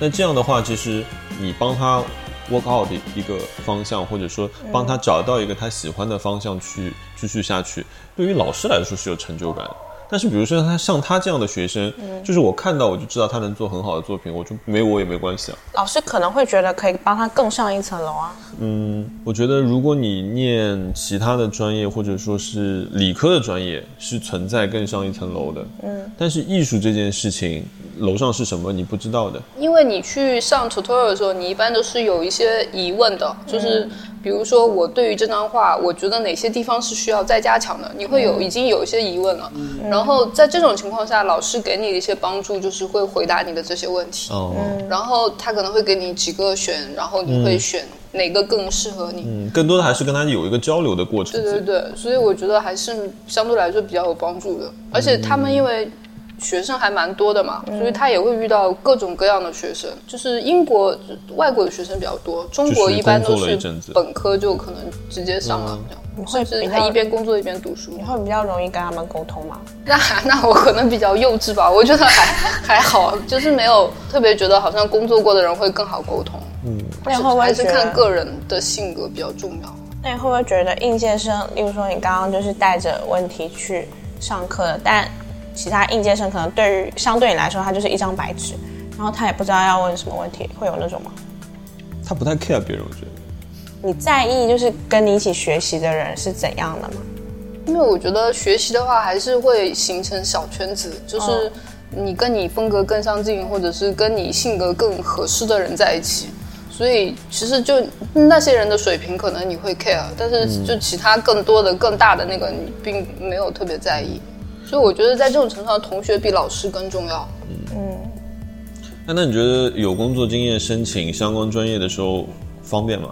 Speaker 2: 那这样的话，其实你帮他 work out 的一个方向，或者说帮他找到一个他喜欢的方向去继续下去，对于老师来说是有成就感的。但是比如说他像他这样的学生，
Speaker 4: 嗯
Speaker 2: 就是我看到我就知道他能做很好的作品，我就没我也没关系啊。
Speaker 3: 老师可能会觉得可以帮他更上一层楼啊。
Speaker 2: 嗯，我觉得如果你念其他的专业，或者说是理科的专业，是存在更上一层楼的。嗯，但是艺术这件事情，楼上是什么你不知道的。
Speaker 4: 因为你去上 tutorial 的时候，你一般都是有一些疑问的，
Speaker 2: 嗯
Speaker 4: 就是比如说我对于这张画，我觉得哪些地方是需要再加强的，你会有
Speaker 2: 嗯
Speaker 4: 已经有一些疑问了。然后在这种情况下，老师给你的一些帮助就是会回答你的这些问题，
Speaker 2: 哦，
Speaker 4: 然后他可能会给你几个选，然后你会选哪个更适合你。
Speaker 2: 嗯，更多的还是跟他有一个交流的过程。
Speaker 4: 对对对，所以我觉得还是相对来说比较有帮助的。而且他
Speaker 2: 嗯
Speaker 4: 们因为学生还蛮多的嘛，
Speaker 3: 嗯
Speaker 4: 所以他也会遇到各种各样的学生。就是英国外国的学生比较多，中国一般
Speaker 2: 就是工
Speaker 4: 都
Speaker 2: 作了一
Speaker 4: 是
Speaker 2: 阵子嗯
Speaker 4: 本科就可能直接上了，
Speaker 3: 你
Speaker 4: 这
Speaker 3: 会
Speaker 4: 样甚
Speaker 3: 比
Speaker 4: 至还
Speaker 3: 较
Speaker 4: 一边工作一边读书
Speaker 3: 你。会比较容易跟他们沟通吗？
Speaker 4: 那那我可能比较幼稚吧，我觉得还还好，就是没有特别觉得好像工作过的人会更好沟通，
Speaker 3: 那你会不会
Speaker 4: 还是
Speaker 3: 觉得
Speaker 4: 看个人的性格比较重要。
Speaker 3: 那你会不会觉得应届生，例如说你刚刚就是带着问题去上课，但其他应届生可能对于相对你来说，他就是一张白纸，然后他也不知道要问什么问题，会有那种吗？
Speaker 2: 他不太 care 别人，我觉得。
Speaker 3: 你在意就是跟你一起学习的人是怎样的吗？
Speaker 4: 因为我觉得学习的话，还是会形成小圈子，就是你跟你风格更相近，或者是跟你性格更合适的人在一起。所以其实就那些人的水平，可能你会 care，但是就其他更多的、更大的那个，你并没有特别在意。所以我觉得在这种程度上，同学比老师更重要。
Speaker 2: 那那你觉得有工作经验申请相关专业的时候方便吗？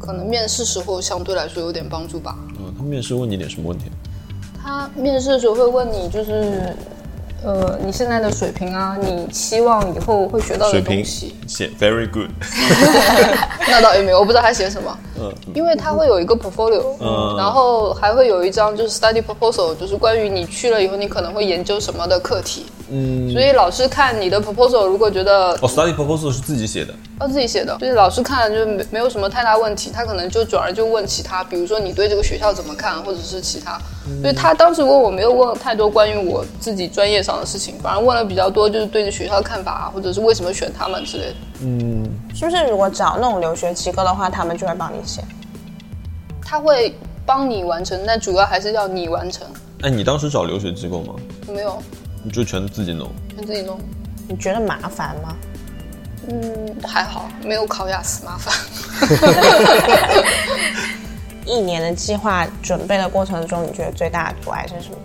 Speaker 4: 可能面试时候相对来说有点帮助吧。
Speaker 2: 嗯，他面试问你点什么问题？
Speaker 4: 他面试的时候会问你，就是呃，你现在的水平啊，你期望以后会学到的
Speaker 2: 水平
Speaker 4: 呃东西。
Speaker 2: 写 very good。
Speaker 4: 那倒也没有，我不知道他写什么，
Speaker 2: 嗯，
Speaker 4: 因为他会有一个 portfolio，、
Speaker 2: 嗯
Speaker 4: 然后还会有一张就是 study proposal，就是关于你去了以后你可能会研究什么的课题。嗯，所以老师看你的 proposal，如果觉得
Speaker 2: 哦，study proposal 是自己写的。
Speaker 4: 要自己写的，就是老师看就没没有什么太大问题，他可能就转而就问其他，比如说你对这个学校怎么看，或者是其他。所以他当时问我没有问太多关于我自己专业上的事情，反而问了比较多就是对这学校的看法啊，或者是为什么选他们之类的。
Speaker 3: 是不是如果找那种留学机构的话，他们就会帮你写？
Speaker 4: 他会帮你完成，但主要还是要你完成。
Speaker 2: 哎，你当时找留学机构吗？
Speaker 4: 没有，
Speaker 2: 你就全自己弄？
Speaker 4: 全自己弄。
Speaker 3: 你觉得麻烦吗？
Speaker 4: 嗯，还好没有考雅思麻烦。
Speaker 3: 一年的计划准备的过程中，你觉得最大的阻碍是什么？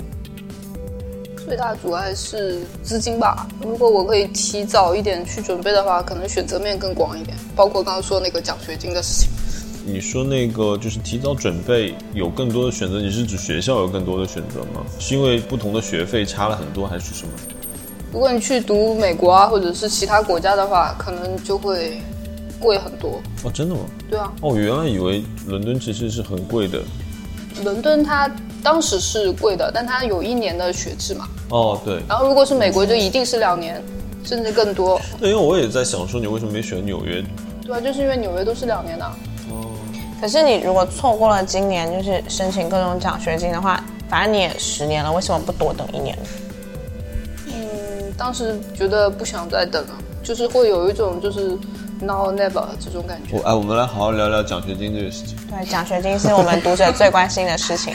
Speaker 4: 最大阻碍是资金吧。如果我可以提早一点去准备的话，可能选择面更广一点，包括刚刚说那个奖学金的事情。
Speaker 2: 你说那个就是提早准备，有更多的选择，你是指学校有更多的选择吗？是因为不同的学费差了很多，还是什么？
Speaker 4: 如果你去读美国啊，或者是其他国家的话，可能就会贵很多。
Speaker 2: 哦，真的吗？
Speaker 4: 对啊，
Speaker 2: 哦，我原来以为伦敦其实是很贵的。
Speaker 4: 伦敦它当时是贵的，但它有一年的学制嘛。
Speaker 2: 哦，对，
Speaker 4: 然后如果是美国，就一定是两年，甚至更多。
Speaker 2: 对，因为我也在想说，你为什么没选纽约？
Speaker 4: 对啊，就是因为纽约都是两年的啊、
Speaker 3: 可是你如果错过了今年就是申请各种奖学金的话，反正你也十年了，为什么不多等一年呢？
Speaker 4: 嗯，当时觉得不想再等了，就是会有一种就是 now or never 这种感觉
Speaker 2: 我。哎，我们来好好聊聊奖学金这个事情。
Speaker 3: 对，奖学金是我们读者最关心的事情。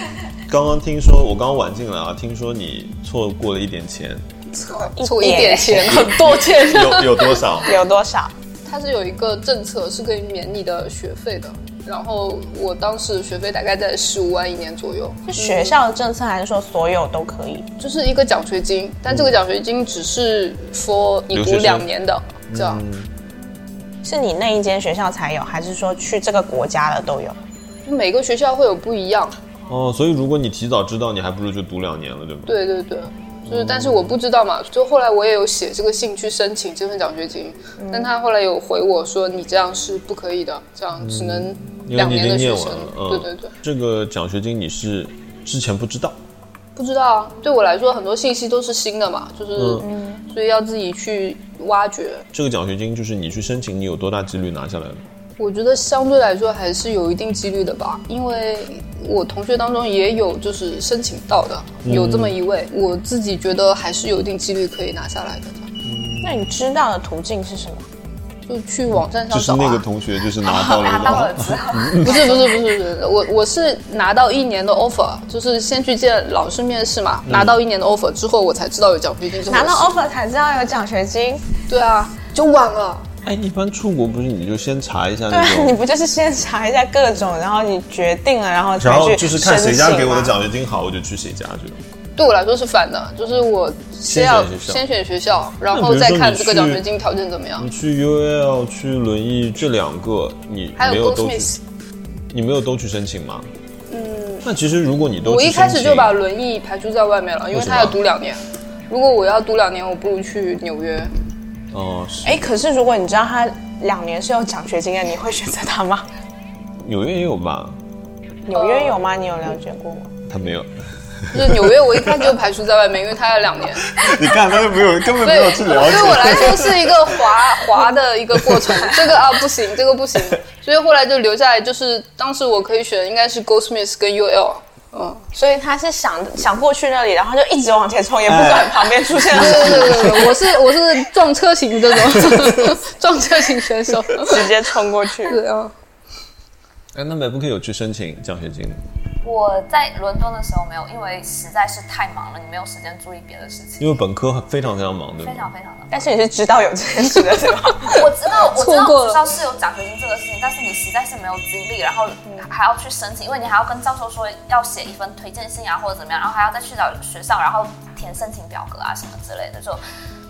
Speaker 2: 刚刚听说，我刚刚晚进来啊，听说你错过了一点 钱，
Speaker 4: 出一点钱，很多钱。嗯
Speaker 2: 有有多少？
Speaker 3: 有多少？
Speaker 4: 它是有一个政策是可以免你的学费的，然后我当时的学费大概在十五万一年左右，
Speaker 3: 是学校的政策还是说所有都可以？
Speaker 4: 就是一个奖学金，但这个奖学金只是 for 你读两年的这样。
Speaker 2: 嗯
Speaker 3: 是你那一间学校才有，还是说去这个国家的都有？
Speaker 4: 就每个学校会有不一样，
Speaker 2: 哦，所以如果你提早知道，你还不如就读两年了，对吗？
Speaker 4: 对对对，
Speaker 2: 嗯
Speaker 4: 就是但是我不知道嘛，就后来我也有写这个信去申请
Speaker 2: 嗯
Speaker 4: 这份奖学金，但他后来有回我说你这样是不可以的，这样只能
Speaker 2: 嗯因为
Speaker 4: 两
Speaker 2: 你已
Speaker 4: 年
Speaker 2: 经
Speaker 4: 的
Speaker 2: 念完
Speaker 4: 学生
Speaker 2: 了，，嗯，
Speaker 4: 对对对，
Speaker 2: 这个奖学金你是之前不知道，
Speaker 4: 不知道啊，对我来说很多信息都是新的嘛，就是、
Speaker 2: 嗯
Speaker 4: 所以要自己去挖掘。
Speaker 2: 这个奖学金就是你去申请，你有多大几率拿下来的？
Speaker 4: 我觉得相对来说还是有一定几率的吧，因为我同学当中也有就是申请到的，
Speaker 2: 嗯
Speaker 4: 有这么一位，我自己觉得还是有一定几率可以拿下来的，
Speaker 3: 那你知道的途径是什么？
Speaker 4: 就去网站
Speaker 2: 就
Speaker 4: 上
Speaker 2: 是
Speaker 4: 找
Speaker 2: 那个
Speaker 4: 啊。
Speaker 2: 同学就是拿到了
Speaker 5: 拿
Speaker 2: 一
Speaker 5: 到了
Speaker 2: 个，
Speaker 5: 之后，
Speaker 4: 不是不是不是不是，我我是拿到一年的 offer，就是先去见老师面试
Speaker 2: 嗯
Speaker 4: 嘛，拿到一年的 offer 之后，我才知道有奖学金这回
Speaker 3: 拿
Speaker 4: 事。
Speaker 3: 到 offer 才知道有奖学金，
Speaker 4: 对啊，就晚了。
Speaker 2: 哎，一般出国不是你就先查一下那
Speaker 3: 对啊，你
Speaker 2: 种，
Speaker 3: 不就是先查一下各种，然后你决定了，然后才
Speaker 2: 然后
Speaker 3: 去
Speaker 2: 就是看谁家
Speaker 3: 申请
Speaker 2: 给我的
Speaker 3: 吗
Speaker 2: 奖学金好，我就去谁家这种。
Speaker 4: 对我来说是反的，就是我先要
Speaker 2: 先选学校
Speaker 4: 先选学校，然
Speaker 2: 那比
Speaker 4: 后
Speaker 2: 如说
Speaker 4: 再
Speaker 2: 你
Speaker 4: 看这个
Speaker 2: 去嗯
Speaker 4: 奖学金条件怎么样
Speaker 2: 你。去 UAL 去轮艺这两个，你
Speaker 4: 还
Speaker 2: 没
Speaker 4: 有
Speaker 2: 有
Speaker 4: Gold
Speaker 2: 都
Speaker 4: Smith
Speaker 2: 去，你没有都去申请吗？嗯，那其实如果你都
Speaker 4: 我
Speaker 2: 去
Speaker 4: 一开始
Speaker 2: 申
Speaker 4: 就
Speaker 2: 请
Speaker 4: 把轮椅排除在外面了，因
Speaker 2: 为
Speaker 4: 为
Speaker 2: 什么
Speaker 4: 他要读两年。如果我要读两年，我不如去纽约。
Speaker 2: 哦，是
Speaker 3: 哎，可是如果你知道他两年是有奖学金的，你会选择他吗？
Speaker 4: 呃
Speaker 2: 纽约也有吧？
Speaker 3: 纽约有吗？你有了解过吗？
Speaker 2: 他没有，
Speaker 4: 就是纽约，我一开始就排除在外面，因为他要两年，
Speaker 2: 你看他就没有根本
Speaker 4: 所
Speaker 2: 没
Speaker 4: 以
Speaker 2: 有去
Speaker 4: 对
Speaker 2: 了
Speaker 4: 我来
Speaker 2: 解。
Speaker 4: 说是一个滑滑的一个过程。这个啊不行，这个不行，所以后来就留下来。就是当时我可以选，应该是 Goldsmith 跟 UL。嗯，
Speaker 3: 所以他是想想过去那里，然后就一直往前冲，也不
Speaker 4: 哎
Speaker 3: 管旁边出现了
Speaker 4: 对
Speaker 3: 什么，
Speaker 4: 对对对，我是我是撞车型这种撞车型选手。
Speaker 3: 直接冲过去。
Speaker 4: 对啊，
Speaker 2: 哎，那 MacBook 有去申请奖学金吗，
Speaker 5: 我在伦敦的时候没有，因为实在是太忙了，你没有时间注意别的事情，
Speaker 2: 因为本科非常非常忙，对
Speaker 5: 非
Speaker 2: 吗？
Speaker 5: 常非常的忙。
Speaker 3: 但是你是知道有这件事的，是吗？
Speaker 5: 我知道，我知
Speaker 4: 错
Speaker 5: 道
Speaker 4: 过了
Speaker 5: 学校是有奖学金这个事情，但是你实在是没有精力，然后
Speaker 4: 嗯
Speaker 5: 还要去申请，因为你还要跟教授说要写一份推荐信啊，或者怎么样，然后还要再去找学校，然后填申请表格啊什么之类的，就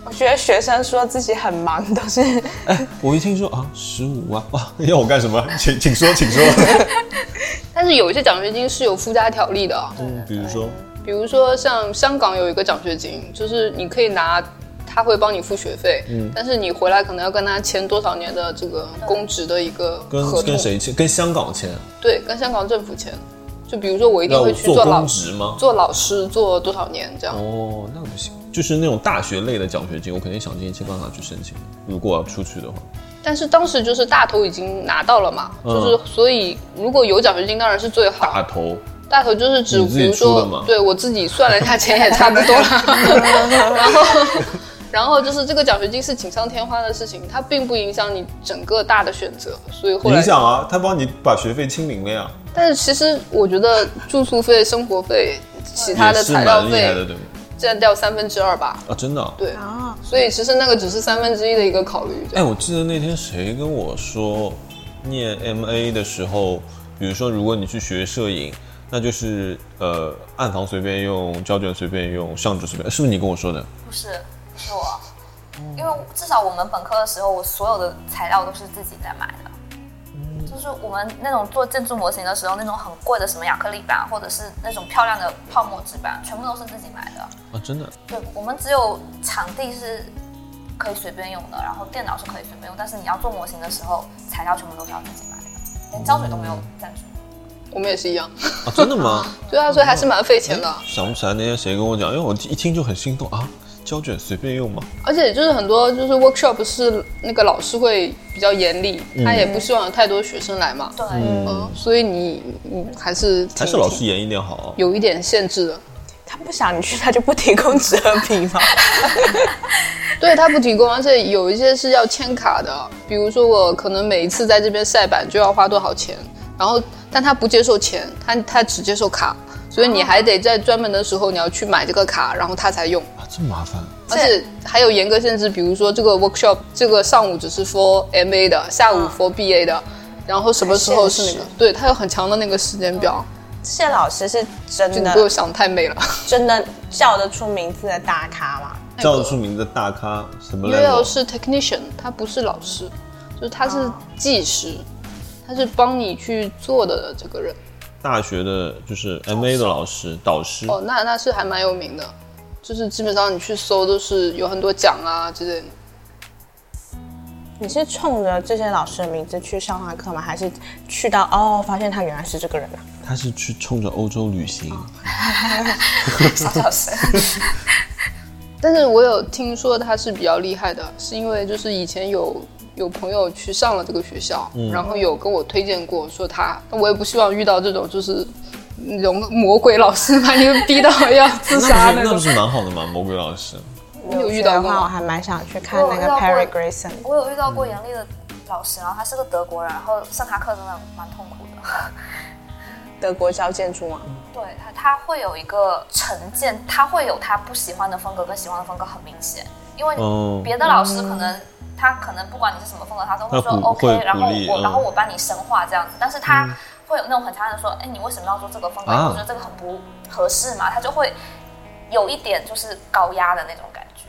Speaker 3: 我觉得学生说自己很忙，都是
Speaker 4: 哎
Speaker 2: 我一听说啊，十五万哇， 要我干什么？请请说，请说。
Speaker 4: 但是有一些奖学金是有附加条例的啊。
Speaker 2: 嗯，比如说，
Speaker 4: 比如说像香港有一个奖学金，就是你可以拿，他会帮你付学费，但是你回来可能要跟他签多少年的这个公职的一个合
Speaker 2: 跟
Speaker 4: 同，
Speaker 2: 跟谁签？跟香港签？
Speaker 4: 对，跟香港政府签。就比如说我一定
Speaker 2: 要
Speaker 4: 会去做
Speaker 2: 做
Speaker 4: 老
Speaker 2: 公职吗？
Speaker 4: 做老师做多少年这样，
Speaker 2: 哦，那不行，就是那种大学类的奖学金，我肯定想尽一切办法去申请。如果我要出去的话，
Speaker 4: 但是当时就是大头已经拿到了嘛，
Speaker 2: 嗯
Speaker 4: 就是所以如果有奖学金当然是最好。
Speaker 2: 大头
Speaker 4: 大头就是指，
Speaker 2: 你自己
Speaker 4: 比如
Speaker 2: 出的吗
Speaker 4: 说，对我自己算了一下，钱也差不多了。 然后，然后就是这个奖学金是锦上添花的事情，它并不影响你整个大的选择。所以后来
Speaker 2: 影，响啊，他帮你把学费清零了呀，
Speaker 4: 但是其实我觉得住宿费、生活费、其他
Speaker 2: 也
Speaker 4: 的
Speaker 2: 是
Speaker 4: 材料
Speaker 2: 蛮厉害的，
Speaker 4: 费
Speaker 2: 对吗？
Speaker 4: 占掉三分之二吧。
Speaker 2: 啊，真的啊、
Speaker 4: 对，所以其实那个只是三分之一的一个考虑。这
Speaker 2: 哎，
Speaker 4: 样
Speaker 2: 我记得那天谁跟我说，念 MA 的时候，比如说如果你去学摄影，那就是呃暗房随便用，胶卷随便用，相纸随便，是不是你跟我说的？
Speaker 5: 不是不是我，因为至少我们本科的时候，我所有的材料都是自己在买的。就是我们那种做建筑模型的时候，那种很贵的什么亚克力板，啊或者是那种漂亮的泡沫纸板，全部都是自己买的。
Speaker 2: 啊，真的，
Speaker 5: 对，我们只有场地是可以随便用的，然后电脑是可以随便用，但是你要做模型的时候，材料全部都是要自己买的，连胶水都没有赞助。
Speaker 4: 我们也是一样，
Speaker 2: 啊，真的吗？ 哎
Speaker 4: 对啊，所以还是蛮费钱的。
Speaker 2: 想不起来那天谁跟我讲，因为我一听就很心动啊，胶卷随便用嘛，
Speaker 4: 而且就是很多就是 workshop 是那个老师会比较严厉，
Speaker 2: 嗯
Speaker 4: 他也不希望有太多学生来嘛。
Speaker 5: 对，
Speaker 4: 嗯，所以你你还是挺
Speaker 2: 还是老师严一点好啊。
Speaker 4: 有一点限制的。
Speaker 3: 他不想你去，他就不提供折笔 吗？
Speaker 4: 对他不提供，而且有一些是要签卡的，啊比如说我可能每一次在这边晒板就要花多少钱，然后但他不接受钱，他他只接受卡，所以你还得在专门的时候你要去买这个卡，然后他才用。
Speaker 2: 啊，这么麻烦，
Speaker 4: 而且还有严格限制，比如说这个 workshop 这个上午只是 for MA 的，下午 for BA 的，然后什么时候是那
Speaker 3: 限
Speaker 4: 个
Speaker 3: 时？
Speaker 4: 对，它有很强的那个时间表，
Speaker 3: 这些老师是真
Speaker 4: 就你给我
Speaker 3: 的
Speaker 4: 想太美了。
Speaker 3: 真的叫得出名字的大咖吗？
Speaker 2: 叫得出名字的大咖什么
Speaker 4: u l
Speaker 2: level？
Speaker 4: 是 technician，他不是老师，就是他是技师，他是帮你去做的这个人。
Speaker 2: 大学的就是 MA 的老师导师，
Speaker 4: 哦，那那是还蛮有名的，就是基本上你去搜都是有很多奖啊之类的。
Speaker 3: 你是冲着这些老师的名字去上他课吗？还是去到哦，发现他原来是这个人啊？
Speaker 2: 他是去冲着欧洲旅行，
Speaker 4: 哦
Speaker 5: 小小声。
Speaker 4: 但是我有听说他是比较厉害的，是因为就是以前有有朋友去上了这个学校，然后有跟我推荐过，说他，我也不希望遇到这种就是那种魔鬼老师把你们逼到要自杀
Speaker 2: 那不是那
Speaker 4: 那
Speaker 2: 不
Speaker 4: 种。
Speaker 2: 是蛮好的吗？魔鬼老师，
Speaker 4: 你有遇到
Speaker 3: 的
Speaker 4: 过
Speaker 3: 话，我
Speaker 4: 吗？哦
Speaker 3: 还蛮想去看那个
Speaker 5: 我有遇到过
Speaker 3: Perry Grayson。
Speaker 5: 我有遇到过严厉的老师，然后他是个德国人，然后上他课真的蛮痛苦的。
Speaker 3: 德国教建筑吗？
Speaker 5: 对他，他会有一个成见，他会有他不喜欢的风格跟喜欢的风格很明显，因为
Speaker 2: 哦
Speaker 5: 别的老师可能、他可能不管你是什么风格，他都会说
Speaker 2: 他鼓
Speaker 5: OK，
Speaker 2: 会
Speaker 5: 然后
Speaker 2: 鼓励
Speaker 5: 我、
Speaker 2: 嗯
Speaker 5: 然后我帮你深化这样子，但是他会有那种很强烈的说，哎，你为什么要做这个风格？
Speaker 2: 啊
Speaker 5: 你不觉得这个很不合适吗？他就会有一点就是高压的那种感觉。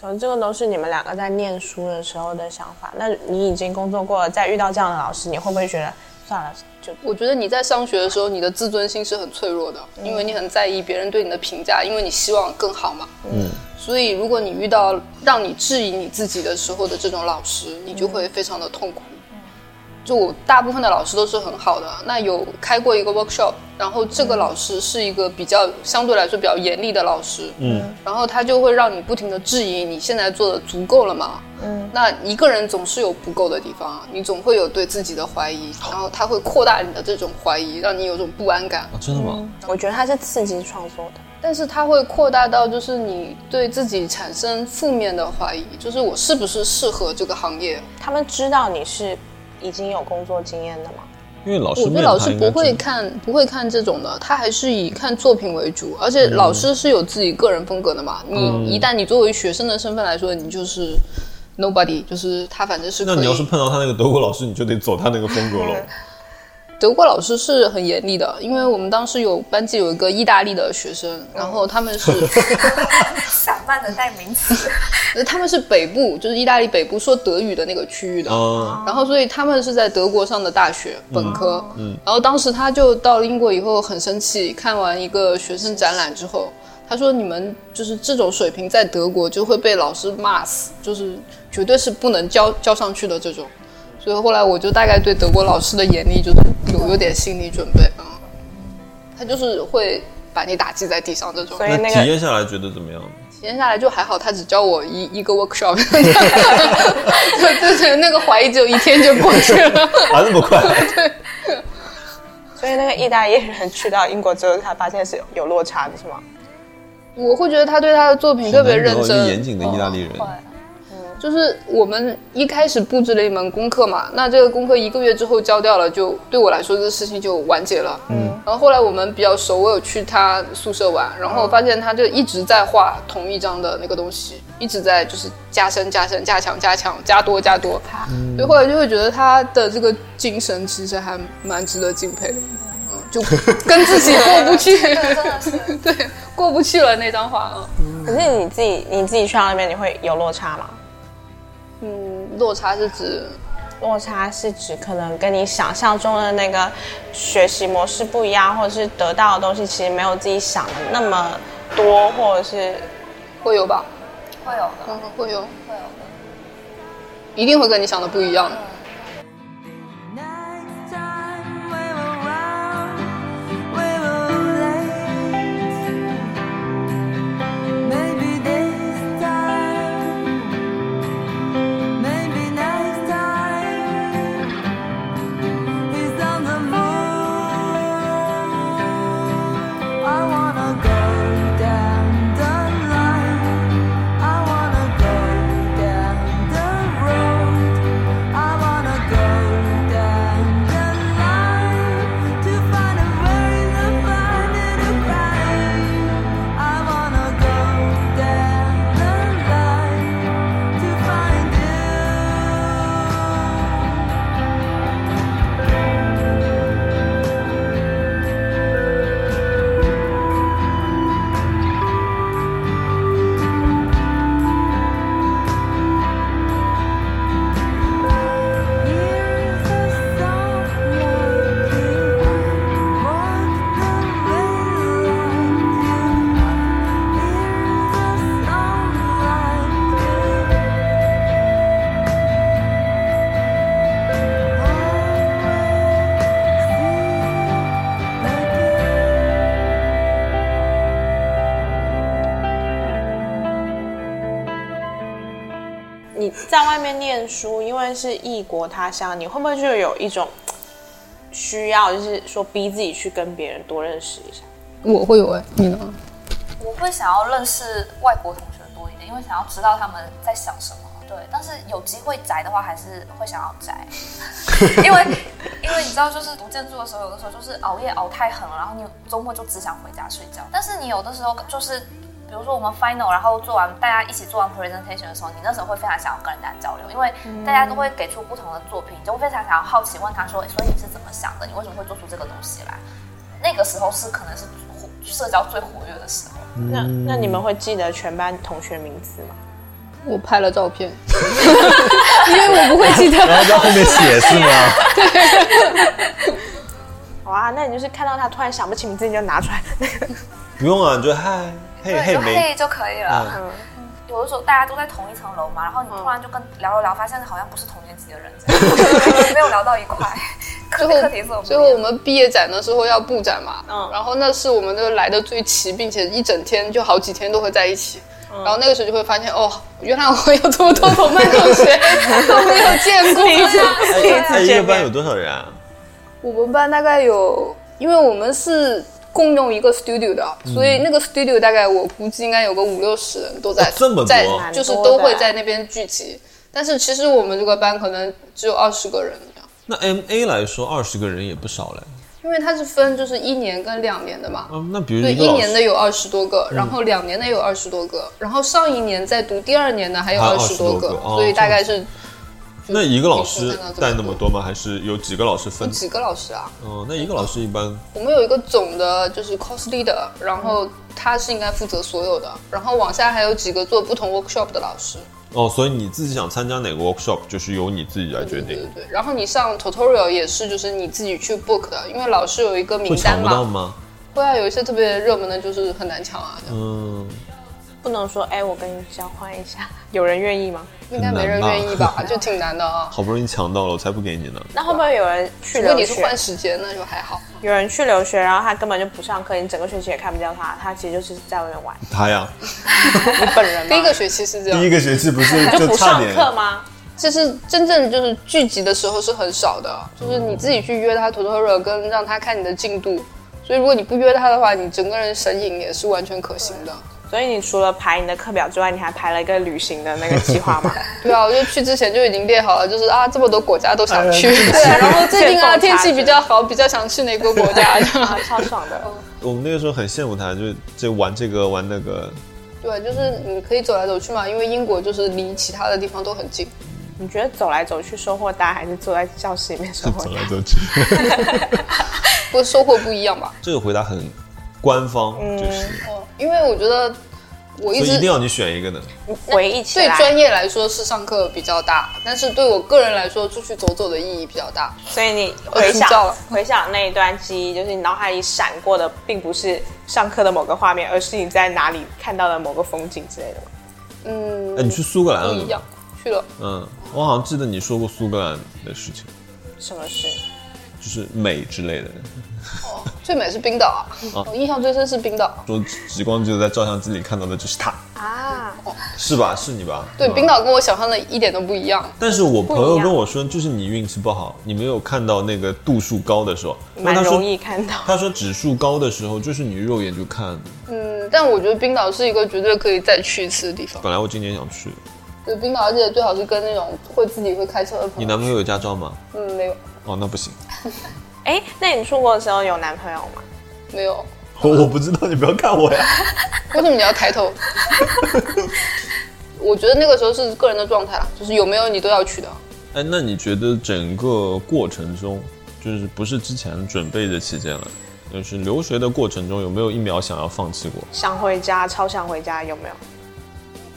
Speaker 3: 可能这个都是你们两个在念书的时候的想法。那你已经工作过了，再遇到这样的老师，你会不会觉得算了，就
Speaker 4: 我觉得你在上学的时候，你的自尊心是很脆弱的，因为你很在意别人对你的评价，因为你希望更好嘛。
Speaker 2: 嗯，
Speaker 4: 所以如果你遇到让你质疑你自己的时候的这种老师，你就会非常的痛苦。就我大部分的老师都是很好的，那有开过一个 workshop，然后这个老师是一个比较相对来说比较严厉的老师，
Speaker 2: 嗯，
Speaker 4: 然后他就会让你不停的质疑你现在做的足够了吗？嗯，那一个人总是有不够的地方，啊你总会有对自己的怀疑，然后他会扩大你的这种怀疑，让你有种不安感。
Speaker 2: 哦，真的
Speaker 4: 嗯
Speaker 2: 吗？
Speaker 3: 我觉得他是刺激创作的。
Speaker 4: 但是它会扩大到就是你对自己产生负面的怀疑，就是我是不是适合这个行业？
Speaker 3: 他们知道你是已经有工作经验的吗？
Speaker 2: 因为老师
Speaker 4: 我觉得
Speaker 2: 面
Speaker 4: 老
Speaker 2: 谈
Speaker 4: 师
Speaker 2: 应
Speaker 4: 不
Speaker 2: 该
Speaker 4: 会
Speaker 2: 知
Speaker 4: 看不会看这种的，他还是以看作品为主，而
Speaker 2: 嗯
Speaker 4: 且老师是有自己个人风格的嘛。你一旦你作为学生的身份来说，你就是 nobody，就是他反正是
Speaker 2: 那
Speaker 4: 可
Speaker 2: 你要
Speaker 4: 以
Speaker 2: 是碰到他那个德国老师，你就得走他那个风格 了。
Speaker 4: 德国老师是很严厉的，因为我们当时有班级有一个意大利的学生，然后他们是。
Speaker 5: 散漫的代名 词，
Speaker 4: 那呃他们是北部，就是意大利北部说德语的那个区域的，
Speaker 2: 啊
Speaker 4: 然后所以他们是在德国上的大学本科，然后当时他就到了英国以后很生气，看完一个学生展览之后，他说你们就是这种水平在德国就会被老师骂死，就是绝对是不能交交上去的这种，所以后来我就大概对德国老师的严厉就是有有点心理准备啊、嗯，他就是会把你打击在地上这种。
Speaker 3: 所以
Speaker 2: 那
Speaker 3: 那
Speaker 2: 体
Speaker 3: 个
Speaker 2: 验下来觉得怎么样？
Speaker 4: 体验下来就还好，他只教我一一个 workshop，就是那个怀疑只有一天就过去了。
Speaker 2: 啊，那么快？
Speaker 3: 所以那个意大利人 去到英国之后，他发现是有有落差的，是吗？
Speaker 4: 我会觉得他对他的作品 特别认
Speaker 2: 好难得一个严
Speaker 4: 真，
Speaker 2: 谨
Speaker 4: 哦
Speaker 2: 的意大利人，
Speaker 5: 会。
Speaker 4: 就是我们一开始布置了一门功课嘛，那这个功课一个月之后交掉了，就对我来说这事情就完结了。嗯，然后后来我们比较熟，我有去他宿舍玩，然后我发现他就一直在画同一张的那个东西，一直在就是加深、加深、加强、加强、加多、加多。
Speaker 2: 嗯
Speaker 4: 所以后来就会觉得他的这个精神其实还蛮值得敬佩的，嗯，就跟自己过不去， 对，过不去了那张画啊。
Speaker 3: 可是你自己你自己去到那边，你会有落差吗？
Speaker 4: 嗯，落差是指
Speaker 3: 落差是指可能跟你想象中的那个学习模式不一样，或者是得到的东西其实没有自己想的那么多，或者是
Speaker 4: 会有吧，
Speaker 5: 会有的，
Speaker 4: 嗯，会有，
Speaker 5: 会有的。
Speaker 4: 一定会跟你想的不一样的。
Speaker 6: Next time we were round, we were late. Maybe this time, maybe next time he's on the move. I wanna go down the line. I wanna go down the road. I wanna
Speaker 3: 你在外面念书，因为是异国他乡，你会不会就有一种需要，就是说逼自己去跟别人多认识一下？
Speaker 4: 我会有哎，你呢？
Speaker 5: 我会想要认识外国同学多一点，因为想要知道他们在想什么。对，但是有机会宅的话，还是会想要宅，因为因为你知道，就是读建筑的时候，有的时候就是熬夜熬太狠了，然后你周末就只想回家睡觉。但是你有的时候就是，比如说我们 final，然后做完大家一起做完 presentation 的时候，你那时候会非常想要跟人家交流，因为大家都会给出不同的作品，你就会非常想要好奇问他说，所以你是怎么想的？你为什么会做出这个东西来？那个时候是可能是活社交最活跃的时候。
Speaker 2: 嗯
Speaker 3: 那那你们会记得全班同学名字吗？
Speaker 4: 我拍了照片，因为我不会记
Speaker 2: 然后
Speaker 4: 得。
Speaker 2: 在后面写是 吗？
Speaker 3: 哇，那你就是看到他突然想不起名字，你就拿出来。
Speaker 2: 不用啊，你就嗨，嘿
Speaker 5: 对，
Speaker 2: 嘿
Speaker 5: 就
Speaker 2: 没，
Speaker 5: 嘿就可以了。嗯有的时候大家都在同一层楼嘛，然后
Speaker 4: 嗯
Speaker 5: 你突然就跟聊了聊，发现好像不是同年级的人， 没有聊到一 块。课
Speaker 4: 最
Speaker 5: 课题是我
Speaker 4: 后，
Speaker 5: 们
Speaker 4: 最后我们毕业展的时候要布展嘛，
Speaker 3: 嗯
Speaker 4: 然后那是我们就来的最齐，并且一整天就好几天都会在一起。然后那个时候就会发现，哦，原来我有这么多同班同学都没有见过。
Speaker 2: 哎哎，一个
Speaker 3: 见
Speaker 2: 班
Speaker 3: 面
Speaker 2: 有多少人啊？
Speaker 4: 我们班大概有，因为我们是共用一个 studio 的，
Speaker 2: 嗯
Speaker 4: 所以那个 studio 大概我估计应该有个五六十人都在，
Speaker 2: 哦这么多
Speaker 4: 在
Speaker 2: 蛮
Speaker 4: 就是
Speaker 3: 多
Speaker 4: 都
Speaker 3: 的
Speaker 4: 会在那边聚集。但是其实我们这个班可能只有二十个人这样
Speaker 2: 那 M A 来说，二十个人也不少嘞。
Speaker 4: 因为它是分就是一年跟两年的嘛。
Speaker 2: 嗯，那比如
Speaker 4: 对，
Speaker 2: 一个
Speaker 4: 一
Speaker 2: 老
Speaker 4: 年的
Speaker 2: 师，嗯
Speaker 4: 有二十多个，然后两年的有二十多个，然后上一年在读第二年的还有
Speaker 2: 还有
Speaker 4: 二十
Speaker 2: 多
Speaker 4: 个，
Speaker 2: 个哦
Speaker 4: 所以大概是
Speaker 2: 那一个老师
Speaker 4: 平均看到这么
Speaker 2: 带那么多吗？还是有几个老师分？
Speaker 4: 几个老师啊？
Speaker 2: 哦，那一个老师一般
Speaker 4: 我们有一个总的，就是 cos leader，然后他是应该负责所有的，然后往下还有几个做不同 workshop 的老师。
Speaker 2: 哦，所以你自己想参加哪个 workshop，就是由你自己来决
Speaker 4: 对对
Speaker 2: 定，
Speaker 4: 对，然后你上 tutorial 也是，就是你自己去 book 的，因为老师有一个
Speaker 2: 会
Speaker 4: 名单
Speaker 2: 抢不到
Speaker 4: 嘛。
Speaker 2: 吗？
Speaker 4: 会啊，有一些特别热门的，就是很难抢啊，
Speaker 2: 嗯，
Speaker 3: 不能说哎，我跟你交换一下， 有人愿意吗？
Speaker 4: 应该没人愿意吧？就挺难 的啊。
Speaker 2: 好不容易抢到了，我才不给你 呢。
Speaker 3: 那会不会有人去
Speaker 4: 如果
Speaker 3: 留
Speaker 4: 你是
Speaker 3: 学
Speaker 4: 换？时间，那就还好。
Speaker 3: 有人去留学，然后他根本就不上课，你整个学期也看不见他，他其实就是在外面玩。
Speaker 2: 他呀，
Speaker 3: 你本人吗
Speaker 4: 第一个学期是这样
Speaker 2: 第一，个学期不是 就
Speaker 3: 不
Speaker 2: 差
Speaker 3: 上
Speaker 2: 点，
Speaker 3: 课吗？
Speaker 4: 就是真正就是聚集的时候是很少的，就是你自己去约他 tutorial 跟让他看你的进度。所以如果你不约他的话，你整个人神隐也是完全可行的。
Speaker 3: 所以你除了排你的课表之外，你还排了一个旅行的那个计 划吗？
Speaker 4: 对啊，我就去之前就已经列好了，就是啊，这么多国家都想去。
Speaker 2: 哎呀
Speaker 4: 对啊，然后最近啊，
Speaker 3: 见缝
Speaker 4: 天
Speaker 3: 插针
Speaker 4: 气比较好，比较想去哪个国家
Speaker 3: 啊，超爽的。
Speaker 2: 我们那个时候很羡慕他，就就玩这个玩那个，
Speaker 4: 对，就是你可以走来走去嘛，因为英国就是离其他的地方都很近。
Speaker 3: 你觉得走来走去收获大，还是坐在教室里面收获
Speaker 2: 走
Speaker 3: 大
Speaker 2: 来？走 去。
Speaker 4: 不过收获不一样吧？
Speaker 2: 这个回答很官方，
Speaker 3: 嗯
Speaker 2: 就是，
Speaker 4: 哦，因为我觉得我一
Speaker 2: 所以
Speaker 4: 直
Speaker 2: 一定要你选一个呢。
Speaker 3: 回忆起
Speaker 4: 对
Speaker 3: 来，
Speaker 4: 专业来说是上课比较大，但是对我个人来说，出去走走的意义比较大。
Speaker 3: 所以你回
Speaker 4: 我知道
Speaker 3: 想
Speaker 4: 了
Speaker 3: 回想那一段记忆，就是你脑海里闪过的，并不是上课的某个画面，而是你在哪里看到的某个风景之类的吗。
Speaker 4: 嗯，
Speaker 2: 哎，你去苏格兰了
Speaker 4: 不一
Speaker 2: 吗
Speaker 4: 样？，去了。
Speaker 2: 嗯，我好像记得你说过苏格兰的事情，
Speaker 3: 什么事？
Speaker 2: 就是美之类的。
Speaker 4: 最美是冰岛啊，我印象最深是冰岛。
Speaker 2: 说极光就在照相机里看到的就是他，
Speaker 3: 啊，
Speaker 2: 是吧？是你吧？
Speaker 4: 对，
Speaker 2: 嗯
Speaker 4: 冰。岛跟我想象的一点都不一样。
Speaker 2: 但是我朋
Speaker 3: 不一
Speaker 2: 友
Speaker 3: 样
Speaker 2: 跟我说，就是你运气不好，你没有看到那个度数高的时候。那
Speaker 3: 蛮
Speaker 2: 他说
Speaker 3: 容易看到。
Speaker 2: 他说指数高的时候，就是你肉眼就看。
Speaker 4: 嗯，但我觉得冰岛是一个绝对可以再去一次的地方。
Speaker 2: 本来我今年想去，
Speaker 4: 就冰岛，而且最好是跟那种会自己会开车的朋
Speaker 2: 你
Speaker 4: 友。
Speaker 2: 男朋友有驾照吗？
Speaker 4: 嗯，没有，
Speaker 2: 哦，那不行，
Speaker 3: 哎、那你出国的时候有男朋友吗？
Speaker 4: 没有。
Speaker 2: 我我不知道，你不要看我呀。
Speaker 4: 为什么你要抬头？ 我觉得那个时候是个人的状态啦，就是有没有你都要去的。
Speaker 2: 哎，那你觉得整个过程中，就是不是之前准备的期间了，就是留学的过程中，有没有一秒想要放弃过？
Speaker 3: 想回家，超想回家，有没有？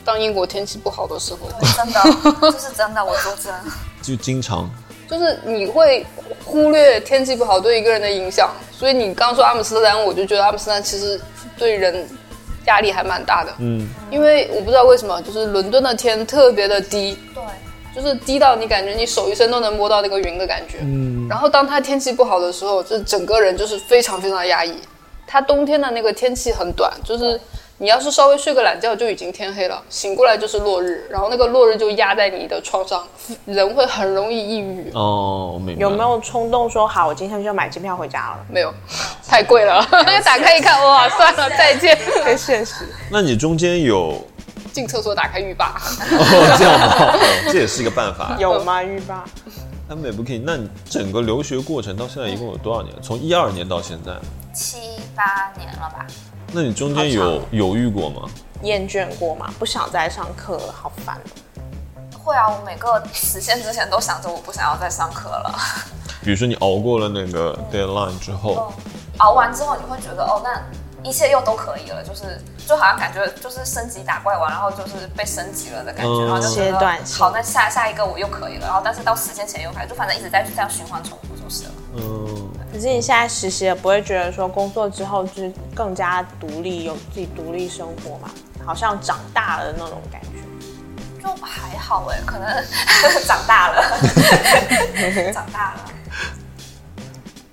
Speaker 4: 当英国天气不好的时候，
Speaker 5: 真的，这是真的，我说真。
Speaker 2: 就经常
Speaker 4: 就是你会忽略天气不好对一个人的影响，所以你刚说阿姆斯特丹，我就觉得阿姆斯特丹其实对人压力还蛮大的。嗯，因为我不知道为什么，就是伦敦的天特别的低，
Speaker 5: 对，
Speaker 4: 就是低到你感觉你手一伸都能摸到那个云的感觉。嗯，然后当它天气不好的时候，就是整个人就是非常非常的压抑。它冬天的那个天气很短，就是你要是稍微睡个懒觉就已经天黑了，醒过来就是落日，然后那个落日就压在你的床上，人会很容易抑郁。
Speaker 2: 哦，我明白。
Speaker 3: 有没？有冲动说好，我今天就买机票回家了？
Speaker 4: 没有，太贵了， 打开一看， 哇，算了，再见。
Speaker 3: 太现 实，
Speaker 2: 那你中间有
Speaker 4: 进厕所打开浴霸，
Speaker 2: 哦这样吗？哦这也是一个办法。
Speaker 3: 有吗？浴霸？
Speaker 2: 那美不 King，那你整个留学过程到现在一共有多少年？从一二年到现在，
Speaker 5: 七八年了吧？
Speaker 2: 那你中间有犹豫过吗？
Speaker 3: 厌倦过吗？不想再上课了，好烦。哦
Speaker 5: 会啊，我每个实现之前都想着我不想要再上课了。
Speaker 2: 比如说你熬过了那个 deadline 之
Speaker 5: 哦
Speaker 2: 后，
Speaker 5: 熬完之后，你会觉得哦，那一切又都可以了，就是就好像感觉就是升级打怪完，然后就是被升级了的感觉，
Speaker 2: 嗯
Speaker 5: 然后就觉
Speaker 3: 阶
Speaker 5: 得
Speaker 3: 段性
Speaker 5: 好，那下下一个我又可以了，然后但是到实现前又开始，就反正一直在这样循环重复就是了。
Speaker 2: 嗯，
Speaker 3: 可是你现在实习了，不会觉得说工作之后就是更加独立，有自己独立生活嘛？好像长大了那种感觉。
Speaker 5: 就还好哎，可能 长大了，长大了。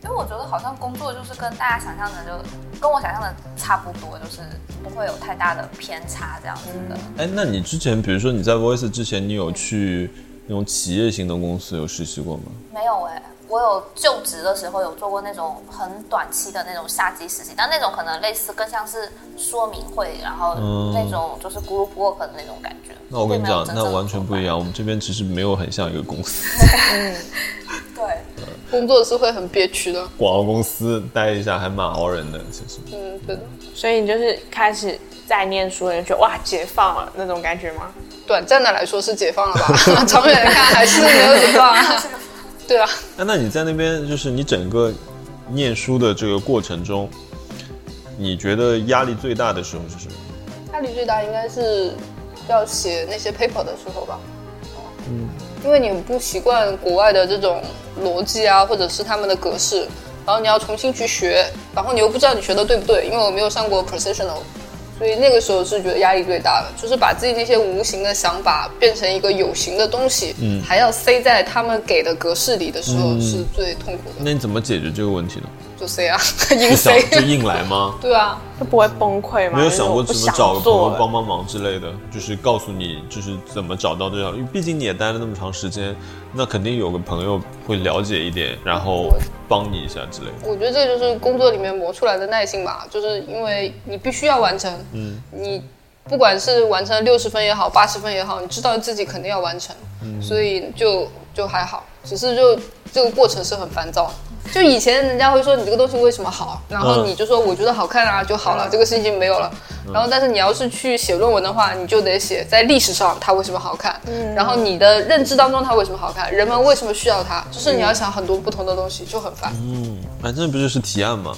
Speaker 5: 因为我觉得好像工作就是跟大家想象的就跟我想象的差不多，就是不会有太大的偏差这样子的。
Speaker 2: 哎，那你之前，比如说你在 Voice 之前，你有去那种企业型的公司有实习过吗？
Speaker 5: 没有哎、我有就职的时候有做过那种很短期的那种夏季实习，但那种可能类似更像是说明会，然后
Speaker 2: 嗯
Speaker 5: 那种就是 group work 的那种感觉。
Speaker 2: 那我跟你
Speaker 5: 并没
Speaker 2: 讲
Speaker 5: 有，真
Speaker 2: 那
Speaker 5: 正的
Speaker 2: 完全不一样。我们这边其实没有很像一个公司，
Speaker 5: 做法。对，
Speaker 4: 工作是会很憋屈的。
Speaker 2: 广告公司待一下还蛮熬人的，其实。
Speaker 4: 嗯，对的，
Speaker 3: 所以你就是开始在念书了，就觉得哇解放了那种感觉吗？
Speaker 4: 短暂的来说是解放了 吧，长远来看还是没有解放 啊。对啊，
Speaker 2: 哎，那你在那边就是你整个念书的这个过程中，你觉得压力最大的时候是什么？
Speaker 4: 压力最大应该是要写那些 paper 的时候吧。嗯，因为你不习惯国外的这种逻辑啊，或者是他们的格式，然后你要重新去学，然后你又不知道你学的对不对，因为我没有上过 professional，所以那个时候是觉得压力最大的，就是把自己那些无形的想法变成一个有形的东西，嗯，还要塞在他们给的格式里的时候是最痛苦的，
Speaker 2: 那你怎么解决这个问题 呢？
Speaker 4: 就塞啊，硬
Speaker 2: 就想
Speaker 4: 塞，
Speaker 2: 就硬来吗？
Speaker 4: 对啊，
Speaker 3: 就不会崩溃吗？
Speaker 2: 没有想过怎
Speaker 3: 就是
Speaker 2: 么找个
Speaker 3: 我不
Speaker 2: 朋
Speaker 3: 想做
Speaker 2: 友
Speaker 3: 了
Speaker 2: 帮帮忙之类的，就是告诉你就是怎么找到这条，因为毕竟你也待了那么长时间，那肯定有个朋友会了解一点，然后帮你一下之类的。
Speaker 4: 我觉得这就是工作里面磨出来的耐性吧，就是因为你必须要完成，嗯，你不管是完成六十分也好，八十分也好，你知道自己肯定要完成，所以就就还好，只是就这个过程是很烦躁的。就以前人家会说你这个东西为什么好，然后
Speaker 2: 嗯
Speaker 4: 你就说我觉得好看啊就好了，这个事情没有了。然后但是你要是去写论文的话，你就得写在历史上它为什么好看，然后你的认知当中它为什么好看，人们为什么需要它，就是你要想很多不同的东西，就很烦。
Speaker 2: 反正不就是提案吗？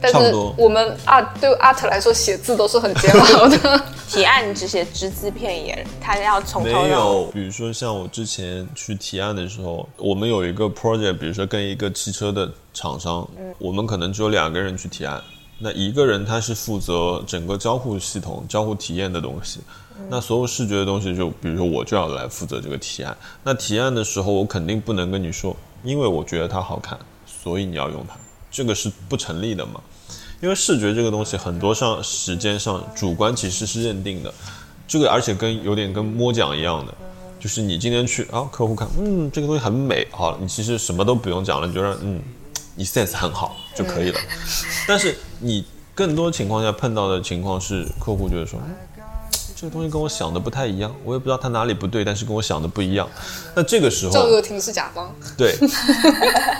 Speaker 4: 但
Speaker 2: 差不
Speaker 4: 是
Speaker 2: 多
Speaker 4: 我们 art 对 art 来说，写字都是很煎 熬的。
Speaker 3: 提案，你只写只字片言，他要从头
Speaker 2: 没
Speaker 3: 到尾
Speaker 2: 有，比如说像我之前去提案的时候，我们有一个 project，比如说跟一个汽车的厂商，
Speaker 3: 嗯
Speaker 2: 我们可能只有两个人去提案，那一个人他是负责整个交互系统、交互体验的东西。
Speaker 3: 嗯
Speaker 2: 那所有视觉的东西就，比如说我就要来负责这个提案。那提案的时候，我肯定不能跟你说，因为我觉得它好看，所以你要用它，这个是不成立的嘛。因为视觉这个东西，很多上时间上主观其实是认定的，这个而且跟有点跟摸奖一样的，就是你今天去啊，客户看，嗯，这个东西很美，好了，你其实什么都不用讲了，你就让嗯，你 sense 很好就可以了。 但是你更多情况下碰到的情况是，客户觉得说。嗯这个东西跟我想的不太一样，我也不知道它哪里不对，但是跟我想的不一样。那这个时候，
Speaker 4: 赵又廷是甲方，
Speaker 2: 对，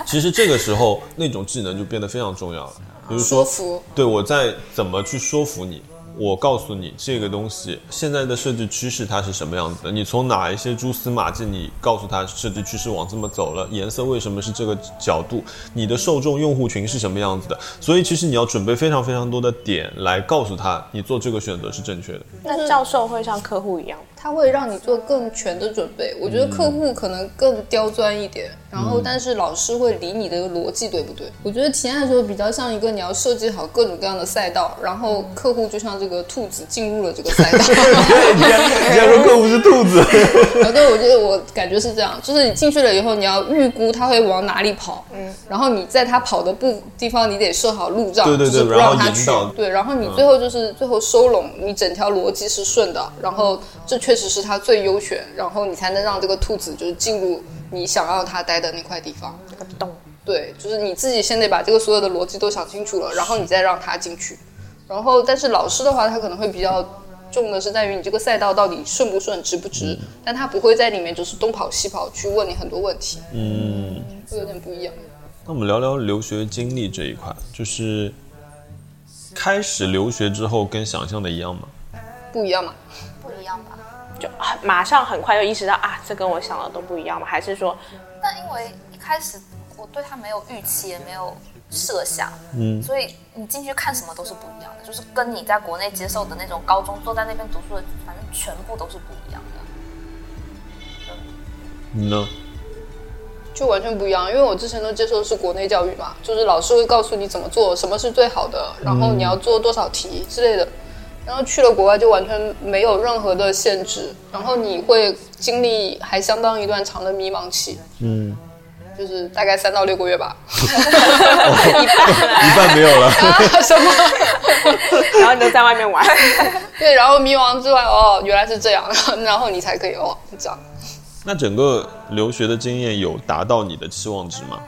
Speaker 2: 其实这个时候那种技能就变得非常重要了。比如
Speaker 4: 说
Speaker 2: 说，
Speaker 4: 服
Speaker 2: 对我在怎么去说服你，我告诉你这个东西现在的设计趋势它是什么样子的，你从哪一些蛛丝马迹，你告诉他设计趋势往这么走了，颜色为什么是这个角度，你的受众用户群是什么样子的，所以其实你要准备非常非常多的点来告诉他，你做这个选择是正确的。
Speaker 3: 那教授会像客户一样，
Speaker 4: 它会让你做更全的准
Speaker 2: 嗯
Speaker 4: 备。我觉得客户可能更刁钻一点，然后但是老师会理你的逻辑对不对？我觉得提案的时候比较像一个你要设计好各种各样的赛道，然后客户就像这个兔子进入了这个赛道。
Speaker 2: 你竟然你竟然说客户是兔子，
Speaker 4: 啊，对，我觉得我感觉是这样，就是你进去了以后，你要预估他会往哪里跑，嗯，然后你在他跑的步地方，你得设好路障，
Speaker 2: 对对
Speaker 4: 就是
Speaker 2: 对
Speaker 4: 不
Speaker 2: 然后
Speaker 4: 让他
Speaker 2: 引
Speaker 4: 去
Speaker 2: 导，嗯
Speaker 4: 对，然后你最后就是、最后收拢，你整条逻辑是顺的，然后这确实是他最优选，然后你才能让这个兔子就是进入你想要它待的那块地方，
Speaker 3: 这个洞。
Speaker 4: 对，就是你自己先得把这个所有的逻辑都想清楚了，然后你再让他进去。然后，但是老师的话，他可能会比较重的是在于你这个赛道到底顺不顺、直不直，
Speaker 2: 嗯
Speaker 4: 但他不会在里面就是东跑西跑去问你很多问题，
Speaker 2: 嗯。
Speaker 4: 会有点不一样。
Speaker 2: 那我们聊聊留学经历这一块，就是开始留学之后跟想象的一样吗？
Speaker 4: 不一样嘛？
Speaker 5: 不一样吧？
Speaker 3: 就很马上很快就意识到啊，这跟我想的都不一样吗？还是说
Speaker 5: 但因为一开始我对他没有预期，也没有设想，
Speaker 2: 嗯
Speaker 5: 所以你进去看什么都是不一样的，就是跟你在国内接受的那种高中坐在那边读书的，反正全部都是不一样的。
Speaker 2: 你呢？
Speaker 4: 就完全不一样，因为我之前都接受的是国内教育嘛，就是老师会告诉你怎么做，什么是最好的，然后你要做多少题之类的。然后去了国外就完全没有任何的限制，然后你会经历还相当一段长的迷茫期，
Speaker 2: 嗯，
Speaker 4: 就是大概三到六个月吧。
Speaker 2: 一半没有了。
Speaker 4: 什么？
Speaker 3: 然后你就在外面玩，
Speaker 4: 对，然后迷茫之外，哦，原来是这样，然后你才可以哦，这样
Speaker 2: 那整个留学的经验有达到你的期望值吗？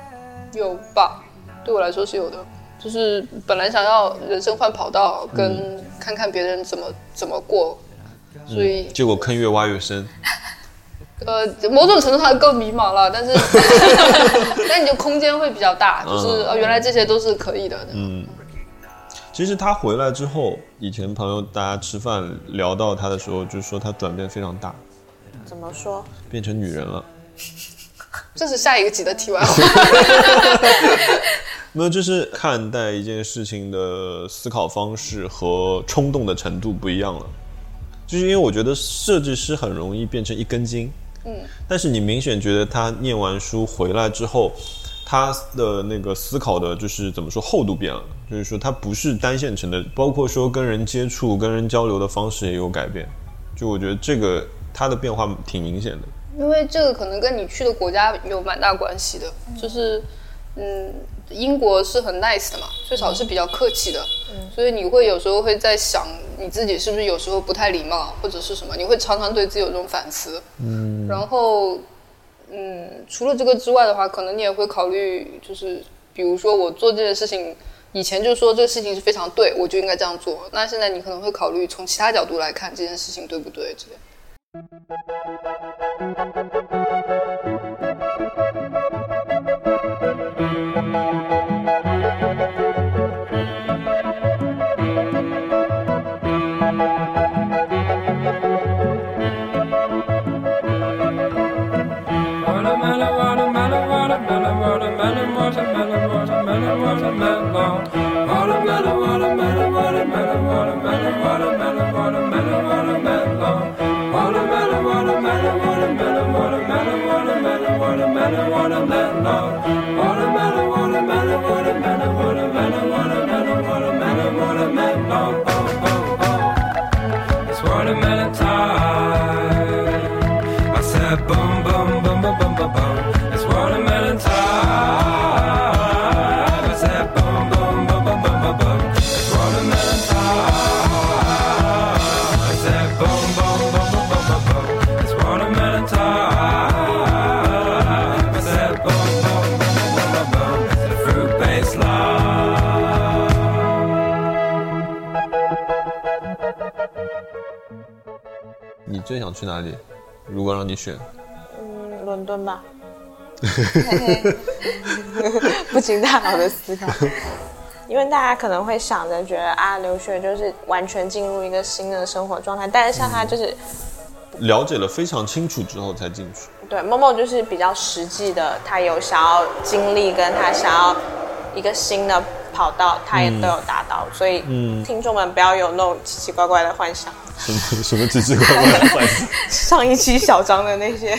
Speaker 4: 有吧？对我来说是有的，就是本来想要人生换跑道，
Speaker 2: 嗯
Speaker 4: 跟看看别人怎么怎么过，所以、
Speaker 2: 结果坑越挖越深。
Speaker 4: 呃，某种程度上更迷茫了，但是 但你的空间会比较大，就是、
Speaker 2: 嗯
Speaker 4: 呃原来这些都是可以的。
Speaker 2: 嗯，其实他回来之后，以前朋友大家吃饭聊到他的时候，就说他转变非常大，
Speaker 3: 怎么说？
Speaker 2: 变成女人了。
Speaker 4: 这是下一个集的题外话。
Speaker 2: 没有，就是看待一件事情的思考方式和冲动的程度不一样了。就是因为我觉得设计师很容易变成一根筋，嗯，但是你明显觉得他念完书回来之后，他的那个思考的，就是怎么说厚度变了，就是说他不是单线程的，包括说跟人接触、跟人交流的方式也有改变。就我觉得这个他的变化挺明显的。
Speaker 4: 因为这个可能跟你去的国家有蛮大关系的，就是，嗯，英国是很 nice 的嘛，最少是比较客气的，所以你会有时候会在想你自己是不是有时候不太礼貌或者是什么，你会常常对自己有这种反思，嗯，然后，嗯，除了这个之外的话，可能你也会考虑，就是比如说我做这件事情。以前就说这个事情是非常对，我就应该这样做。那现在你可能会考虑从其他角度来看这件事情对不对之类的。
Speaker 7: Watermelon, watermelon, watermelon, watermelon, watermelon, watermelon, watermelon. Watermelon, watermelon, watermelon, watermelon, watermelon, watermelon, watermelon. Watermelon, watermelon, watermelon, watermelon, watermelon, watermelon, watermelon. Watermelon, watermelon, watermelon, watermelon, watermelon, watermelon, watermelon. Oh, oh, oh, oh. It's watermelon time. I said boom boom boom boom boom boom boom. It's watermelon time. I said boom boom boom boom boom boom boom. It's watermelon time. I said boom boom boom boom boom boom boom. It's watermelon time. I said boom boom boom boom boom boom boom. It's a fruit based love.
Speaker 2: 你最想去哪里？如果让你选，
Speaker 3: 嗯，伦敦吧。 不经大脑的思考，因为大家可能会想着觉得啊，留学就是完全进入一个新的生活状态，但是像他就是、
Speaker 2: 了解了非常清楚之后才进去。
Speaker 3: 对默默就是比较实际的，他有想要经历跟他想要一个新的跑道，他也都有达到，所以
Speaker 2: 嗯
Speaker 3: 听众们不要有那种奇奇怪怪的幻想。
Speaker 2: 什么 什么奇奇怪怪的幻想。
Speaker 3: 上一期小张的那些，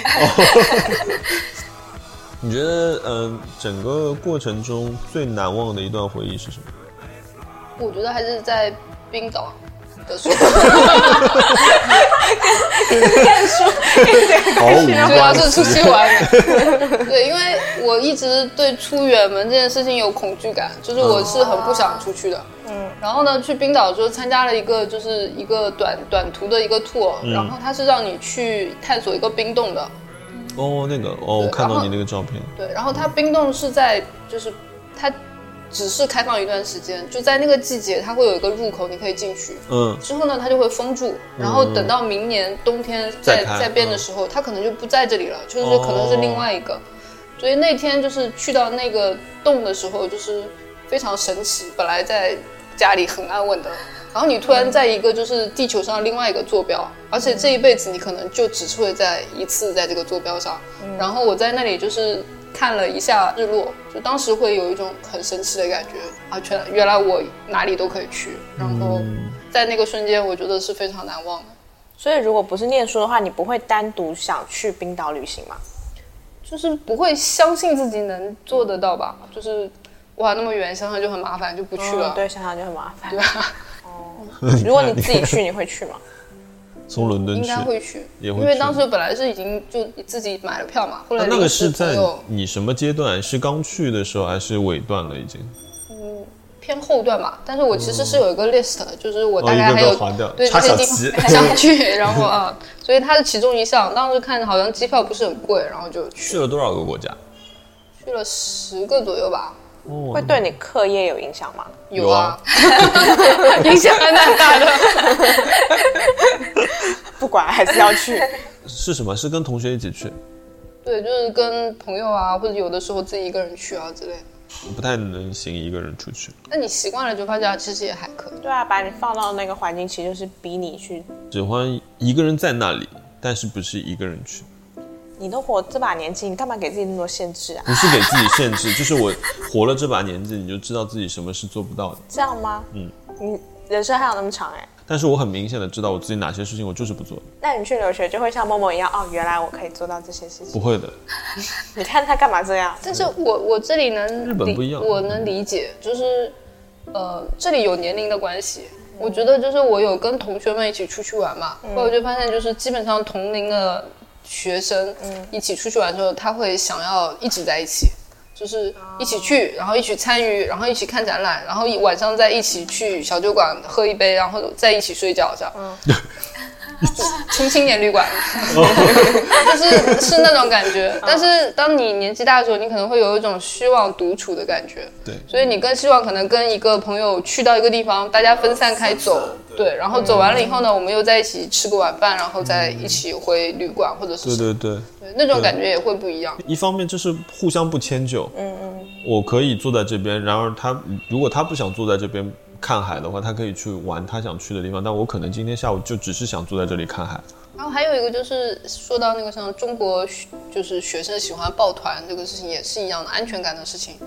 Speaker 2: 你觉得，嗯、整个过程中最难忘的一段回忆是什么？
Speaker 4: 我觉得还是在冰岛 的时候，
Speaker 2: 毫无
Speaker 4: 主要是
Speaker 2: 关
Speaker 4: 出
Speaker 2: 系
Speaker 4: 去。玩的。 对，因为我一直对出远门这件事情有恐惧感，就是我是很不想出去的。嗯，然后呢，去冰岛就参加了一个就是一个短短途的一个 tour，、然
Speaker 2: 嗯
Speaker 4: 后它是让你去探索一个冰洞的。
Speaker 2: 哦，那个，哦，我
Speaker 4: 对
Speaker 2: 看
Speaker 4: 然
Speaker 2: 到
Speaker 4: 后
Speaker 2: 你那个照片，
Speaker 4: 对，然后它冰洞是在就是它只是开放一段时间，就在那个季节它会有一个入口，你可以进去。
Speaker 2: 嗯，
Speaker 4: 之后呢，它就会封住，然后等到明年冬天
Speaker 2: 再
Speaker 4: 再
Speaker 2: 开嗯
Speaker 4: 再变的时候，它可能就不在这里了，就是可能是另外一个。所以那天就是去到那个洞的时候，就是非常神奇。本来在家里很安稳的，然后你突然在一个就是地球上另外一个坐标，而且这一辈子你可能就只会在一次在这个坐标上。然后我在那里就是看了一下日落，就当时会有一种很神奇的感觉啊，全原来我哪里都可以去。然后在那个瞬间，我觉得是非常难忘的。
Speaker 3: 所以如果不是念书的话，你不会单独想去冰岛旅行吗？
Speaker 4: 就是不会相信自己能做得到吧？就是哇，那么远，想想就很麻烦，就不去了。
Speaker 3: 嗯对，啊想想就很麻烦。
Speaker 4: 对吧？
Speaker 3: 如果你自己去，你会去 吗？
Speaker 2: 从伦敦
Speaker 4: 应
Speaker 2: 去
Speaker 4: 该。会去，
Speaker 2: 也会
Speaker 4: 因为
Speaker 2: 去啊
Speaker 4: 当时本来是已经就自己买了票嘛，后
Speaker 2: 那
Speaker 4: 来
Speaker 2: 那
Speaker 4: 临
Speaker 2: 个是
Speaker 4: 时朋
Speaker 2: 在
Speaker 4: 友
Speaker 2: 你什么阶段？是刚去的时候，还是尾段了已经？
Speaker 4: 偏后段嘛，但是我其实是有一个 list 的，就是我大概
Speaker 2: 哦一个
Speaker 4: 还
Speaker 2: 个
Speaker 4: 有、
Speaker 2: 划掉
Speaker 4: 对
Speaker 2: 插
Speaker 4: 这
Speaker 2: 小
Speaker 4: 些地
Speaker 2: 旗
Speaker 4: 方 想去，然后啊，所以它是其中一项。当时看好像机票不是很贵，然后就
Speaker 2: 去
Speaker 4: 去
Speaker 2: 了多少个国家？
Speaker 4: 去了十个左右吧，
Speaker 3: 会对你课业有影响吗？
Speaker 4: 有
Speaker 2: 啊
Speaker 4: 啊， 影响还蛮大的。
Speaker 3: 不管，还是要 去。
Speaker 2: 是什么？是跟同学一起去？
Speaker 4: 对，就是跟朋友啊，或者有的时候自己一个人去啊之类的。
Speaker 2: 不太能行一个人出去，
Speaker 4: 那你习惯了就发现其实也还可以。
Speaker 3: 对啊，把你放到那个环境，其实就是逼你去。
Speaker 2: 喜欢一个人在那里，但是不是一个人去，
Speaker 3: 你都活这把年纪，你干嘛给自己那么多限制啊？
Speaker 2: 不是给自己限制，就是我活了这把年纪，你就知道自己什么是做不到的。
Speaker 3: 这样吗？嗯，你人生还有那么长哎、
Speaker 2: 但是我很明显的知道我自己哪些事情我就是不做，
Speaker 3: 那你去留学就会像默默一样哦，原来我可以做到这些事
Speaker 2: 不
Speaker 3: 情。
Speaker 2: 会的。
Speaker 3: 你看他干嘛这样？
Speaker 4: 但是我我这里能
Speaker 2: 日本
Speaker 4: 理
Speaker 2: 不一样
Speaker 4: 我能理解，就是呃，这里有年龄的关系。
Speaker 2: 嗯
Speaker 4: 我觉得就是我有跟同学们一起出去玩嘛，后来我就发现就是基本上同龄的学生
Speaker 2: 嗯
Speaker 4: 一起出去玩之后，他会想要一直在一起，就是
Speaker 2: 啊
Speaker 4: 一起去，然后一起参与，然后一起看展览，然后一晚上再一起去小酒馆喝一杯，然后再一起睡觉这样。
Speaker 2: 嗯
Speaker 4: 青青年旅馆，就是是那种感觉。但是当你年纪大的时候，你可能会有一种虚妄独处的感觉。
Speaker 2: 对
Speaker 4: 所以你更希望可能跟一个朋友去到一个地方，大家分散开走，对，然后走完了以后呢，我们又在一起吃个晚饭，然后再一起回旅馆或者是
Speaker 2: 对对对，
Speaker 4: 嗯对那种感觉也会不一样。
Speaker 2: 一方面就是互相不迁就，嗯嗯，我可以坐在这边，然而他如果他不想坐在这边看海的话，他可以去玩他想去的地方，但我可能今天下午就只是想坐在这里看海。
Speaker 4: 然后还有一个就是说到那个像中国学就是学生喜欢抱团这个事情也是一样的安全感的事情，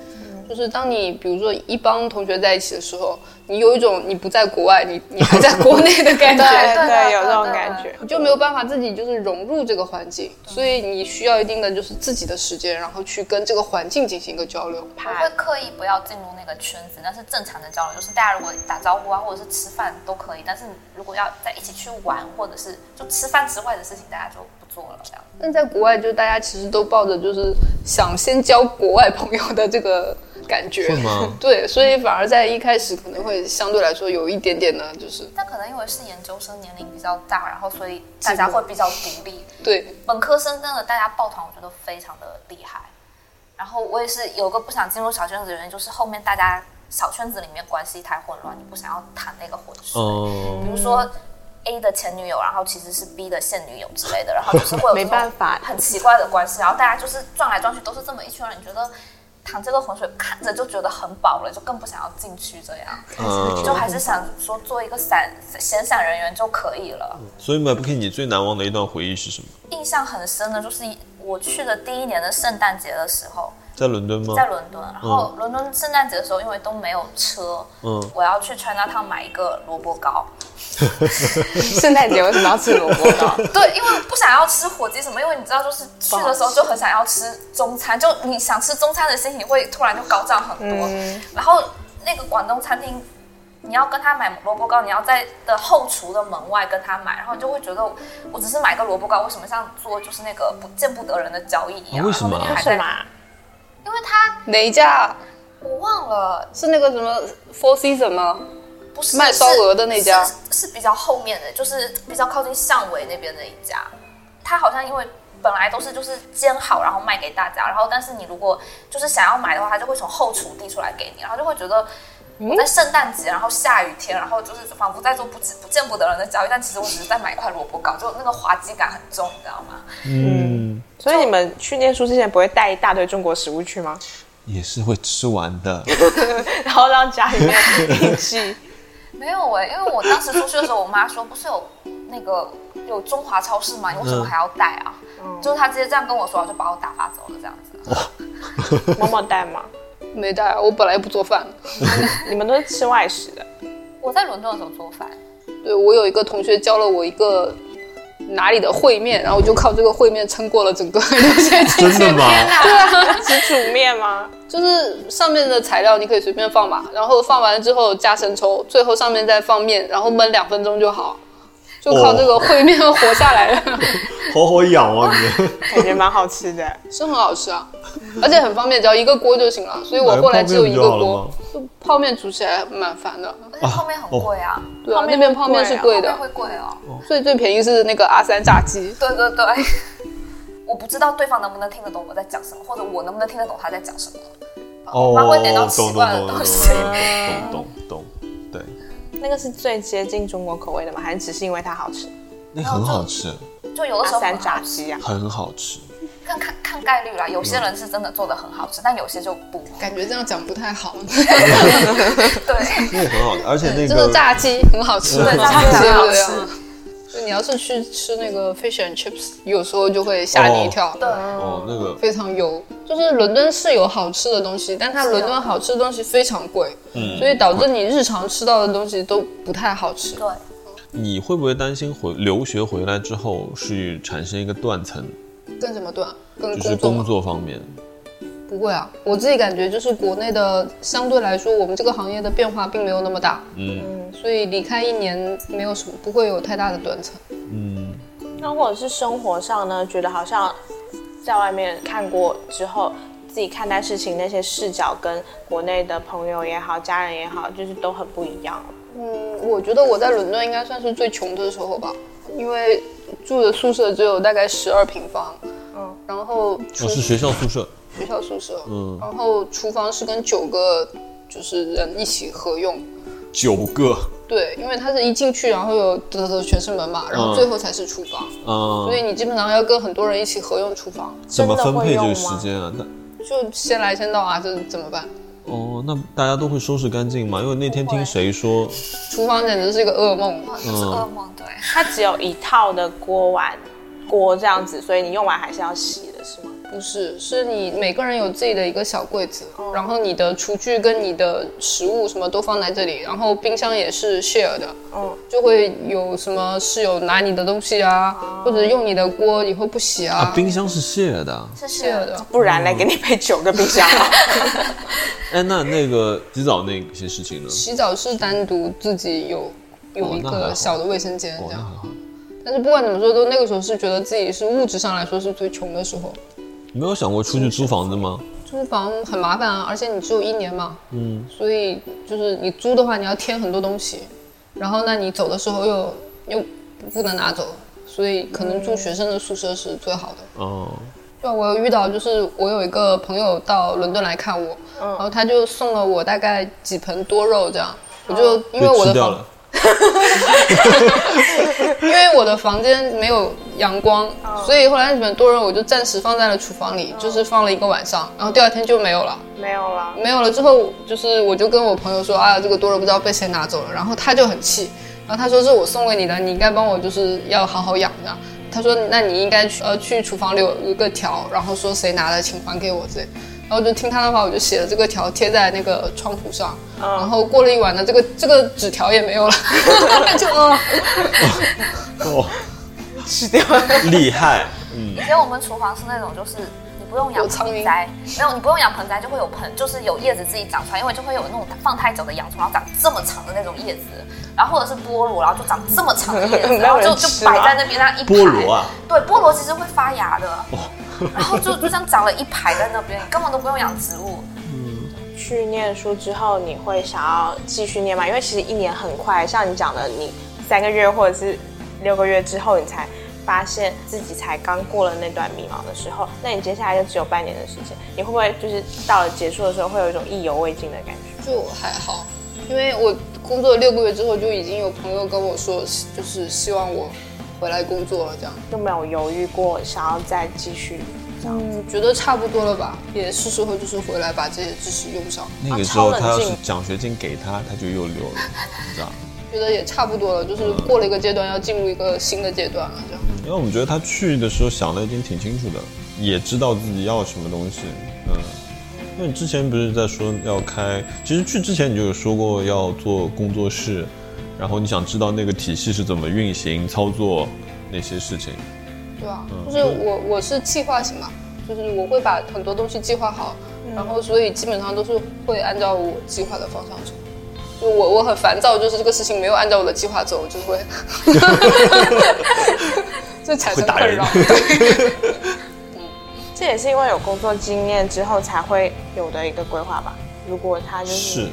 Speaker 4: 就是当你比如说一帮同学在一起的时候，你有一种你不在国外，你你还在国内的感
Speaker 3: 对 啊
Speaker 4: 觉。
Speaker 5: 对对
Speaker 3: 有这种
Speaker 5: 对
Speaker 3: 感觉。
Speaker 4: 你就没有办法自己就是融入这个环境，
Speaker 2: 嗯
Speaker 4: 所以你需要一定的就是自己的时间，然后去跟这个环境进行一个交流。
Speaker 5: 我会刻意不要进入那个圈子，但是正常的交流就是大家如果打招呼啊，或者是吃饭都可以，但是如果要在一起去玩，或者是就吃饭之外的事情，大家就不做了这样。
Speaker 4: 但在国外，就大家其实都抱着就是想先交国外朋友的这个感觉，
Speaker 2: 会吗
Speaker 4: 对，所以反而在一开始可能会相对来说有一点点的，就是
Speaker 5: 但可能因为是研究生年龄比较大，然后所以大家会比较独立。
Speaker 4: 对，
Speaker 5: 本科生真的大家抱团，我觉得非常的厉害。然后我也是有个不想进入小圈子的原因，就是后面大家小圈子里面关系太混乱，你不想要淌那个浑水。
Speaker 2: 嗯，
Speaker 5: 比如说 A 的前女友，然后其实是 B 的现女友之类的，然后就是会 有
Speaker 3: 没办法
Speaker 5: 很奇怪的关系，然后大家就是转来转去都是这么一圈人，你觉得淌这个浑水看着就觉得很饱了，就更不想要进去这样，
Speaker 2: 嗯
Speaker 5: 就还是想说做一个散闲散人员就可以了。
Speaker 2: 所以 m a p k i n 你最难忘的一段回忆是什么？
Speaker 5: 印象很深的就是我去的第一年的圣诞节的时候，
Speaker 2: 在伦敦吗？
Speaker 5: 在伦敦，然后伦敦圣诞节的时候，因为都没有车，
Speaker 2: 嗯
Speaker 5: 我要去 China Town 买一个萝卜糕，
Speaker 4: 圣诞节为什么要吃萝卜 糕？
Speaker 5: 对，因为不想要吃火鸡什么，因为你知道，就是去的时候就很想要吃中餐，就你想吃中餐的心情会突然就高涨很多。然后那个广东餐厅，你要跟他买萝卜糕，你要在的后厨的门外跟他买，然后你就会觉得我只是买个萝卜糕，为什么像做就是那个不见不得人的交易一样？
Speaker 2: 为什么啊
Speaker 5: 然后你还
Speaker 3: 是
Speaker 5: 在
Speaker 3: 吗？
Speaker 5: 因为他
Speaker 4: 哪一家？
Speaker 5: 我忘了，
Speaker 4: 是那个什么 Four Season 吗？
Speaker 5: 不是
Speaker 4: 卖烧鹅的那家
Speaker 5: 是是是比较后面的，就是比较靠近巷尾那边的一家。它好像因为本来都是就是煎好然后卖给大家，然后但是你如果就是想要买的话，它就会从后厨递出来给你，然后就会觉得。
Speaker 4: 嗯
Speaker 5: 我在圣诞节，然后下雨天，然后就是仿佛在做不知不见不得人的交易，但其实我只是在买一块萝卜糕，就那个滑稽感很重，你知道吗？
Speaker 2: 嗯，
Speaker 3: 所以你们去念书之前不会带一大堆中国食物去吗？
Speaker 2: 也是会吃完 的。
Speaker 3: 然后让家里面一起
Speaker 5: 没有哎、因为我当时出去的时候，我妈说不是有那个有中华超市吗？你为
Speaker 4: 嗯
Speaker 5: 什么还要带啊？就是她直接这样跟我说，就把我打发走了这样子。
Speaker 3: 默默带吗？
Speaker 4: 没带，我本来不做饭。
Speaker 3: 你们都是吃外食的，
Speaker 5: 我在伦敦的时候做饭，
Speaker 4: 对我有一个同学教了我一个哪里的烩面，然后我就靠这个烩面撑过了整个 留学期间。
Speaker 2: 真的吗？
Speaker 4: 对啊，
Speaker 3: 只煮面吗？
Speaker 4: 就是上面的材料你可以随便放嘛，然后放完了之后加生抽，最后上面再放面，然后焖两分钟就好，就靠这个烩面活下来了，
Speaker 2: 好好养哦你。
Speaker 3: 感觉蛮好吃的。
Speaker 4: 是很好吃啊，而且很方便，只要一个锅就行了。所以我后来只有一个
Speaker 2: 买个泡面不就好了
Speaker 4: 锅
Speaker 2: 吗，
Speaker 4: 就泡面煮起来蛮烦的。
Speaker 5: 而且哦泡面很贵啊，
Speaker 4: 对啊，
Speaker 3: 泡面
Speaker 4: 那边泡面是贵
Speaker 5: 泡
Speaker 4: 的
Speaker 5: 面，会贵哦。
Speaker 4: 最最便宜是那个阿三炸鸡。
Speaker 5: 对对 对，我不知道对方能不能听得懂我在讲什么，或者我能不能听得懂他在讲什么。
Speaker 2: 哦
Speaker 5: 妈会点到奇
Speaker 2: 懂懂
Speaker 5: 怪的
Speaker 2: 懂
Speaker 5: 东西。
Speaker 2: 哦懂懂懂，对，
Speaker 3: 那个是最接近中国口味的吗？还是只是因为它好吃？
Speaker 2: 那很好吃，
Speaker 5: 就有的时
Speaker 3: 阿
Speaker 5: 候
Speaker 3: 三
Speaker 5: 很
Speaker 3: 炸
Speaker 5: 好
Speaker 3: 鸡呀、
Speaker 2: 很好吃。
Speaker 5: 看看看概率啦，有些人是真的做的很好吃，但有些就不。
Speaker 4: 感觉这样讲不太好。
Speaker 5: 对，
Speaker 2: 那个很好吃，而且那
Speaker 4: 这个
Speaker 2: 个
Speaker 4: 炸鸡很好吃，
Speaker 5: 对炸鸡
Speaker 4: 对
Speaker 5: 很好吃
Speaker 4: 对对就你要是去吃那个 fish and chips，有时候就会吓你一跳。对，
Speaker 2: 哦，那个
Speaker 4: 非常油。就是伦敦是有好吃的东西，但它伦敦好吃的东西非常贵，
Speaker 2: 嗯
Speaker 4: 所以导致你日常吃到的东西都不太好吃。
Speaker 5: 对，
Speaker 2: 你会不会担心回留学回来之后是产生一个断层，
Speaker 4: 跟什么对啊？跟
Speaker 2: 就是
Speaker 4: 工作嗯
Speaker 2: 工
Speaker 4: 吗？
Speaker 2: 作方面？
Speaker 4: 不会啊，我自己感觉就是国内的相对来说，我们这个行业的变化并没有那么大，
Speaker 2: 嗯
Speaker 4: 所以离开一年没有什么，不会有太大的断层。
Speaker 2: 嗯，
Speaker 3: 那或者是生活上呢？觉得好像在外面看过之后，自己看待事情那些视角跟国内的朋友也好、家人也好，就是都很不一样。
Speaker 4: 嗯，我觉得我在伦敦应该算是最穷的时候吧，因为住的宿舍只有大概十二平方，嗯，然后
Speaker 2: 我
Speaker 4: 厨
Speaker 2: 哦是学校宿舍，
Speaker 4: 学校宿舍，
Speaker 2: 嗯
Speaker 4: 然后厨房是跟九个就是人一起合用，
Speaker 2: 九个，
Speaker 4: 对，因为它是一进去然后有得得全是门嘛，然后最后才是厨房，所以
Speaker 2: 嗯，
Speaker 4: 你基本上要跟很多人一起合用厨房，
Speaker 2: 怎么分配这
Speaker 3: 真的会
Speaker 2: 个
Speaker 3: 用吗
Speaker 2: 时间啊？那
Speaker 4: 就先来先到啊，这怎么办？
Speaker 2: 哦，那大家都会收拾干净吗？因为那天听谁说，
Speaker 4: 厨房简直是一个噩梦，
Speaker 5: 哇，就是噩梦，对。
Speaker 3: 它只有一套的锅碗锅这样子，所以你用完还是要洗的，是吗？
Speaker 4: 不是，是你每个人有自己的一个小柜子，然后你的厨具跟你的食物什么都放在这里，然后冰箱也是 share 的，
Speaker 3: 嗯，
Speaker 4: 就会有什么室友拿你的东西啊，或者用你的锅以后不洗
Speaker 2: 啊，
Speaker 4: 啊
Speaker 2: 冰箱是 share 的啊。
Speaker 5: 是是
Speaker 4: share 的。
Speaker 3: 不然来给你配九个冰箱啊。
Speaker 2: 哎，那那个洗澡那些事情呢？
Speaker 4: 洗澡是单独自己有有
Speaker 2: 哦
Speaker 4: 一
Speaker 2: 那还
Speaker 4: 个
Speaker 2: 好
Speaker 4: 小的卫生间
Speaker 2: 哦，
Speaker 4: 这
Speaker 2: 那
Speaker 4: 样，
Speaker 2: 还好。
Speaker 4: 但是不管怎么说，都那个时候是觉得自己是物质上来说是最穷的时候。
Speaker 2: 你没有想过出去租房子吗？
Speaker 4: 租房很麻烦啊，而且你只有一年嘛，嗯，所以就是你租的话，你要添很多东西，然后那你走的时候又又不能拿走，所以可能住学生的宿舍是最好的。
Speaker 2: 哦，
Speaker 4: 就我有遇到，就是我有一个朋友到伦敦来看我，
Speaker 2: 嗯
Speaker 4: 然后他就送了我大概几盆多肉这样，我就因
Speaker 2: 被
Speaker 4: 为我
Speaker 2: 吃
Speaker 4: 的
Speaker 2: 掉
Speaker 4: 房
Speaker 2: 了。
Speaker 4: 因为我的房间没有阳光，
Speaker 3: 哦
Speaker 4: 所以后来那盆多肉我就暂时放在了厨房里，就是放了一个晚上，然后第二天就没有了。
Speaker 3: 没有了，
Speaker 4: 没有了之后，就是我就跟我朋友说啊，这个多肉不知道被谁拿走了，然后他就很气，然后他说是我送给你的，你应该帮我就是要好好养着。他说那你应该去呃去厨房留一个条，然后说谁拿的请还给我之类。然后就听他的话，我就写了这个条贴在那个窗户上，
Speaker 3: 嗯
Speaker 4: 然后过了一晚呢，这个这个纸条也没有了， 就嗯，
Speaker 2: 哦， 吃掉，厉害，嗯，
Speaker 5: 因为我们厨房是那种就是。你不用养
Speaker 4: 有苍
Speaker 5: 盆
Speaker 4: 蝇
Speaker 5: 栽，没有你不用养盆栽就会有盆，就是有叶子自己长出来，因为就会有那种放太久的洋葱，然后长这么长的那种叶子，然后或者是菠萝，然后就长这么长的叶子，
Speaker 3: 没
Speaker 5: 然
Speaker 3: 有
Speaker 5: 后
Speaker 3: 人
Speaker 5: 就就
Speaker 3: 吃
Speaker 5: 摆
Speaker 3: 吗
Speaker 5: 在那边那一排。
Speaker 2: 菠萝啊，哦
Speaker 5: 对，菠萝其实会发芽的，然后就就像长了一排在那边，你根本都不用养植物。
Speaker 3: 去念书之后，你会想要继续念吗？因为其实一年很快，像你讲的，你三个月或者是六个月之后，你才发现自己才刚过了那段迷茫的时候，那你接下来就只有半年的时间，你会不会就是到了结束的时候，会有一种意犹未尽的感觉？
Speaker 4: 就还好，因为我工作六个月之后就已经有朋友跟我说，就是希望我回来工作了这样。
Speaker 3: 就没有犹豫过想要再继续？
Speaker 4: 嗯，觉得差不多了吧，也是时候就是回来把这些知识用上，
Speaker 2: 那个时候
Speaker 4: 啊
Speaker 2: 他要是奖学金给他，他就又留了，你知道吗？
Speaker 4: 觉得也差不多了，就是过了一个阶段要进入一个新的阶段了这样。
Speaker 2: 因为我们觉得他去的时候想的已经挺清楚的，也知道自己要什么东西，嗯。因为你之前不是在说要开，其实去之前你就有说过要做工作室，然后你想知道那个体系是怎么运行、操作那些事情。
Speaker 4: 对啊，
Speaker 2: 嗯
Speaker 4: 就是我我是计划型嘛，就是我会把很多东西计划好，然后所以基本上都是会按照我计划的方向走。就我我很烦躁，就是这个事情没有按照我的计划走，我就 会， 就产生
Speaker 2: 会打
Speaker 4: 困
Speaker 2: 人
Speaker 4: 扰。对，
Speaker 3: 这也是因为有工作经验之后才会有的一个规划吧。如果他就是
Speaker 2: 是，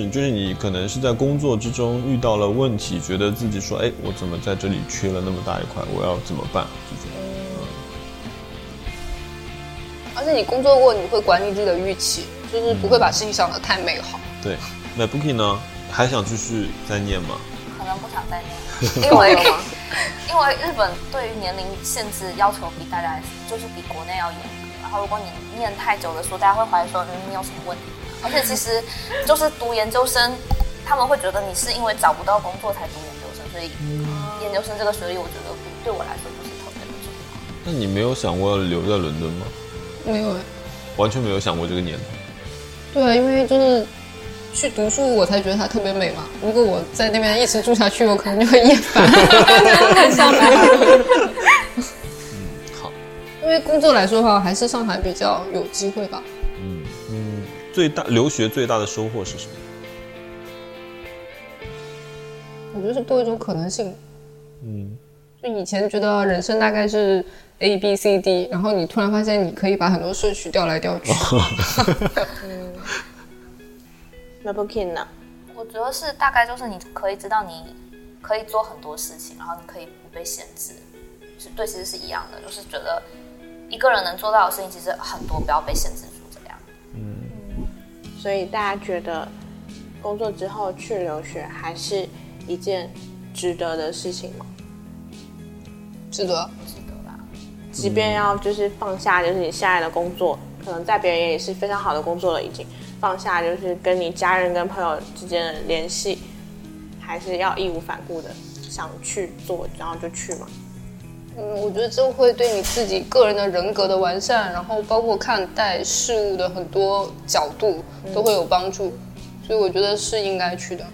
Speaker 2: 是，就是你可能是在工作之中遇到了问题，觉得自己说，哎，我怎么在这里缺了那么大一块，我要怎么办？就这样
Speaker 4: 而且你工作过，你会管理自己的预期，就是不会把事情想得太美好。
Speaker 2: 对，那 Bookie 呢，还想继续再念吗？
Speaker 5: 可能不想再念，因为因为日本对于年龄限制要求比大家就是比国内要严格。然后如果你念太久的书，大家会怀疑说，嗯，你有什么问题？而且其实就是读研究生，他们会觉得你是因为找不到工作才读研究生，所以研究生这个学历，我觉得不对我来说不是特别的重要。
Speaker 2: 那你没有想过留在伦敦吗？
Speaker 4: 没有哎，
Speaker 2: 完全没有想过这个念头。
Speaker 4: 对，因为就是去读书，我才觉得它特别美嘛。如果我在那边一直住下去，我可能就会厌烦，很上海。
Speaker 2: 好，
Speaker 4: 因为工作来说的话，还是上海比较有机会吧。
Speaker 2: 嗯嗯，最大留学最大的收获是什么？
Speaker 4: 我觉得是多一种可能性。
Speaker 2: 嗯，
Speaker 4: 就以前觉得人生大概是 A B C D，然后你突然发现你可以把很多顺序调来调去。
Speaker 2: 哦
Speaker 3: 那不 k i n 呢？
Speaker 5: 我觉得是大概就是你可以知道你可以做很多事情，然后你可以不被限制，是对，其实是一样的，就是觉得一个人能做到的事情其实很多，不要被限制住这样。
Speaker 3: 所以大家觉得工作之后去留学还是一件值得的事情吗？
Speaker 4: 是的，
Speaker 3: 即便要就是放下，就是你现在的工作，可能在别人眼里是非常好的工作了，已经放下就是跟你家人跟朋友之间的联系，还是要义无反顾的想去做，然后就去嘛。
Speaker 4: 嗯，我觉得这会对你自己个人的人格的完善，然后包括看待事物的很多角度都会有帮助，所以我觉得是应该去的。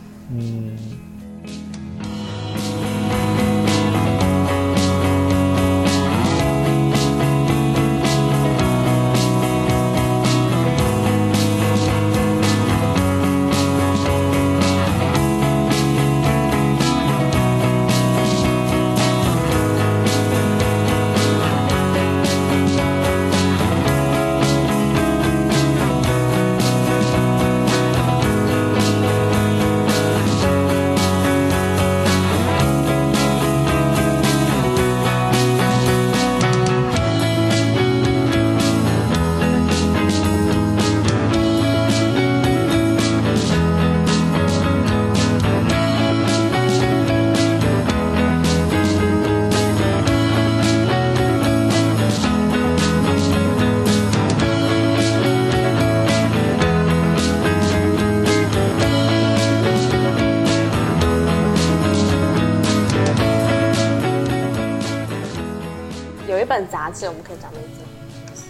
Speaker 3: 有一本杂志，我们可以讲名字，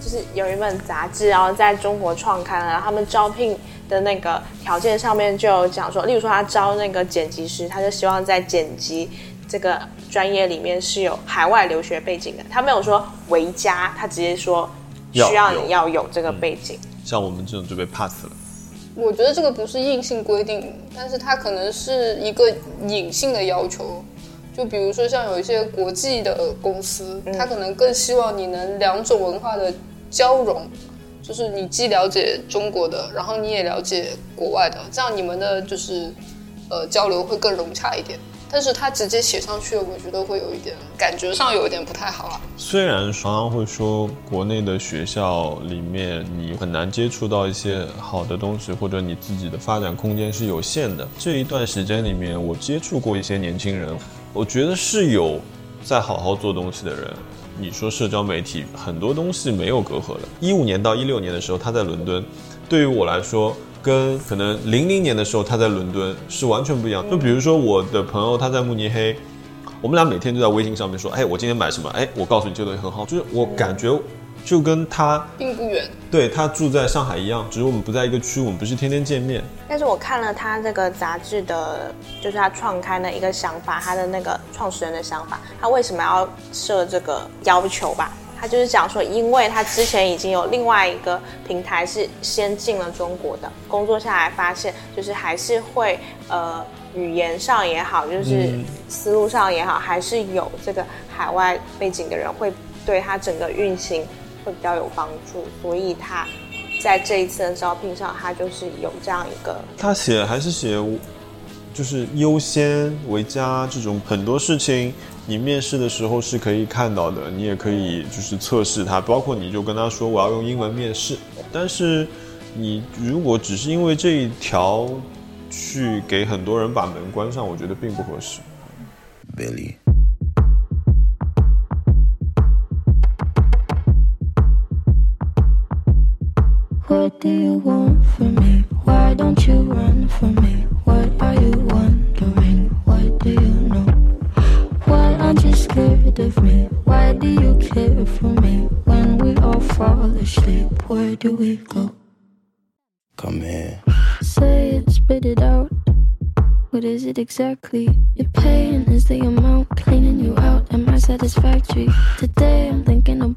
Speaker 3: 就是有一本杂志，然后在中国创刊了，然后他们招聘的那个条件上面就有讲说，例如说他招那个剪辑师，他就希望在剪辑这个专业里面是有海外留学背景的，他没有说维加，他直接说需
Speaker 2: 要
Speaker 3: 要你
Speaker 2: 有
Speaker 3: 要有这个背景。
Speaker 2: 像我们这种就被 pass 了。
Speaker 4: 我觉得这个不是硬性规定，但是它可能是一个隐性的要求。就比如说像有一些国际的公司，它可能更希望你能两种文化的交融，就是你既了解中国的，然后你也了解国外的，这样你们的就是呃交流会更融洽一点。但是它直接写上去，我觉得会有一点感觉上有一点不太好啊。
Speaker 2: 虽然常常会说国内的学校里面你很难接触到一些好的东西，或者你自己的发展空间是有限的。这一段时间里面，我接触过一些年轻人，我觉得是有在好好做东西的人。你说社交媒体很多东西没有隔阂的。一五年到一六年的时候，他在伦敦，对于我来说，跟可能零零年的时候他在伦敦是完全不一样。就比如说我的朋友他在慕尼黑，我们俩每天就在微信上面说，哎，我今天买什么？哎，我告诉你这个东西很好，就是我感觉就跟他
Speaker 4: 并不远，
Speaker 2: 对他住在上海一样，只是我们不在一个区，我们不是天天见面。
Speaker 3: 但是我看了他这个杂志的，就是他创刊的一个想法，他的那个创始人的想法，他为什么要设这个要求吧？他就是讲说，因为他之前已经有另外一个平台是先进了中国的，工作下来发现就是还是会呃语言上也好，就是思路上也好，还是有这个海外背景的人会对他整个运行会比较有帮助，所以他在这一次的招聘上，他就是有这样一个
Speaker 2: 他写还是写，就是优先为佳这种很多事情，你面试的时候是可以看到的，你也可以就是测试他，包括你就跟他说我要用英文面试，但是你如果只是因为这一条去给很多人把门关上，我觉得并不合适。
Speaker 8: Billy.
Speaker 9: What do you want from me? Why don't you run from me? What are you wondering? What do you know? Why aren't you scared of me? Why do you care for me? When we all fall asleep, where do we go?
Speaker 8: Come here.
Speaker 9: Say it, spit it out. What is it exactly you're paying? Is the amount cleaning you out? Am I satisfactory? Today I'm thinking of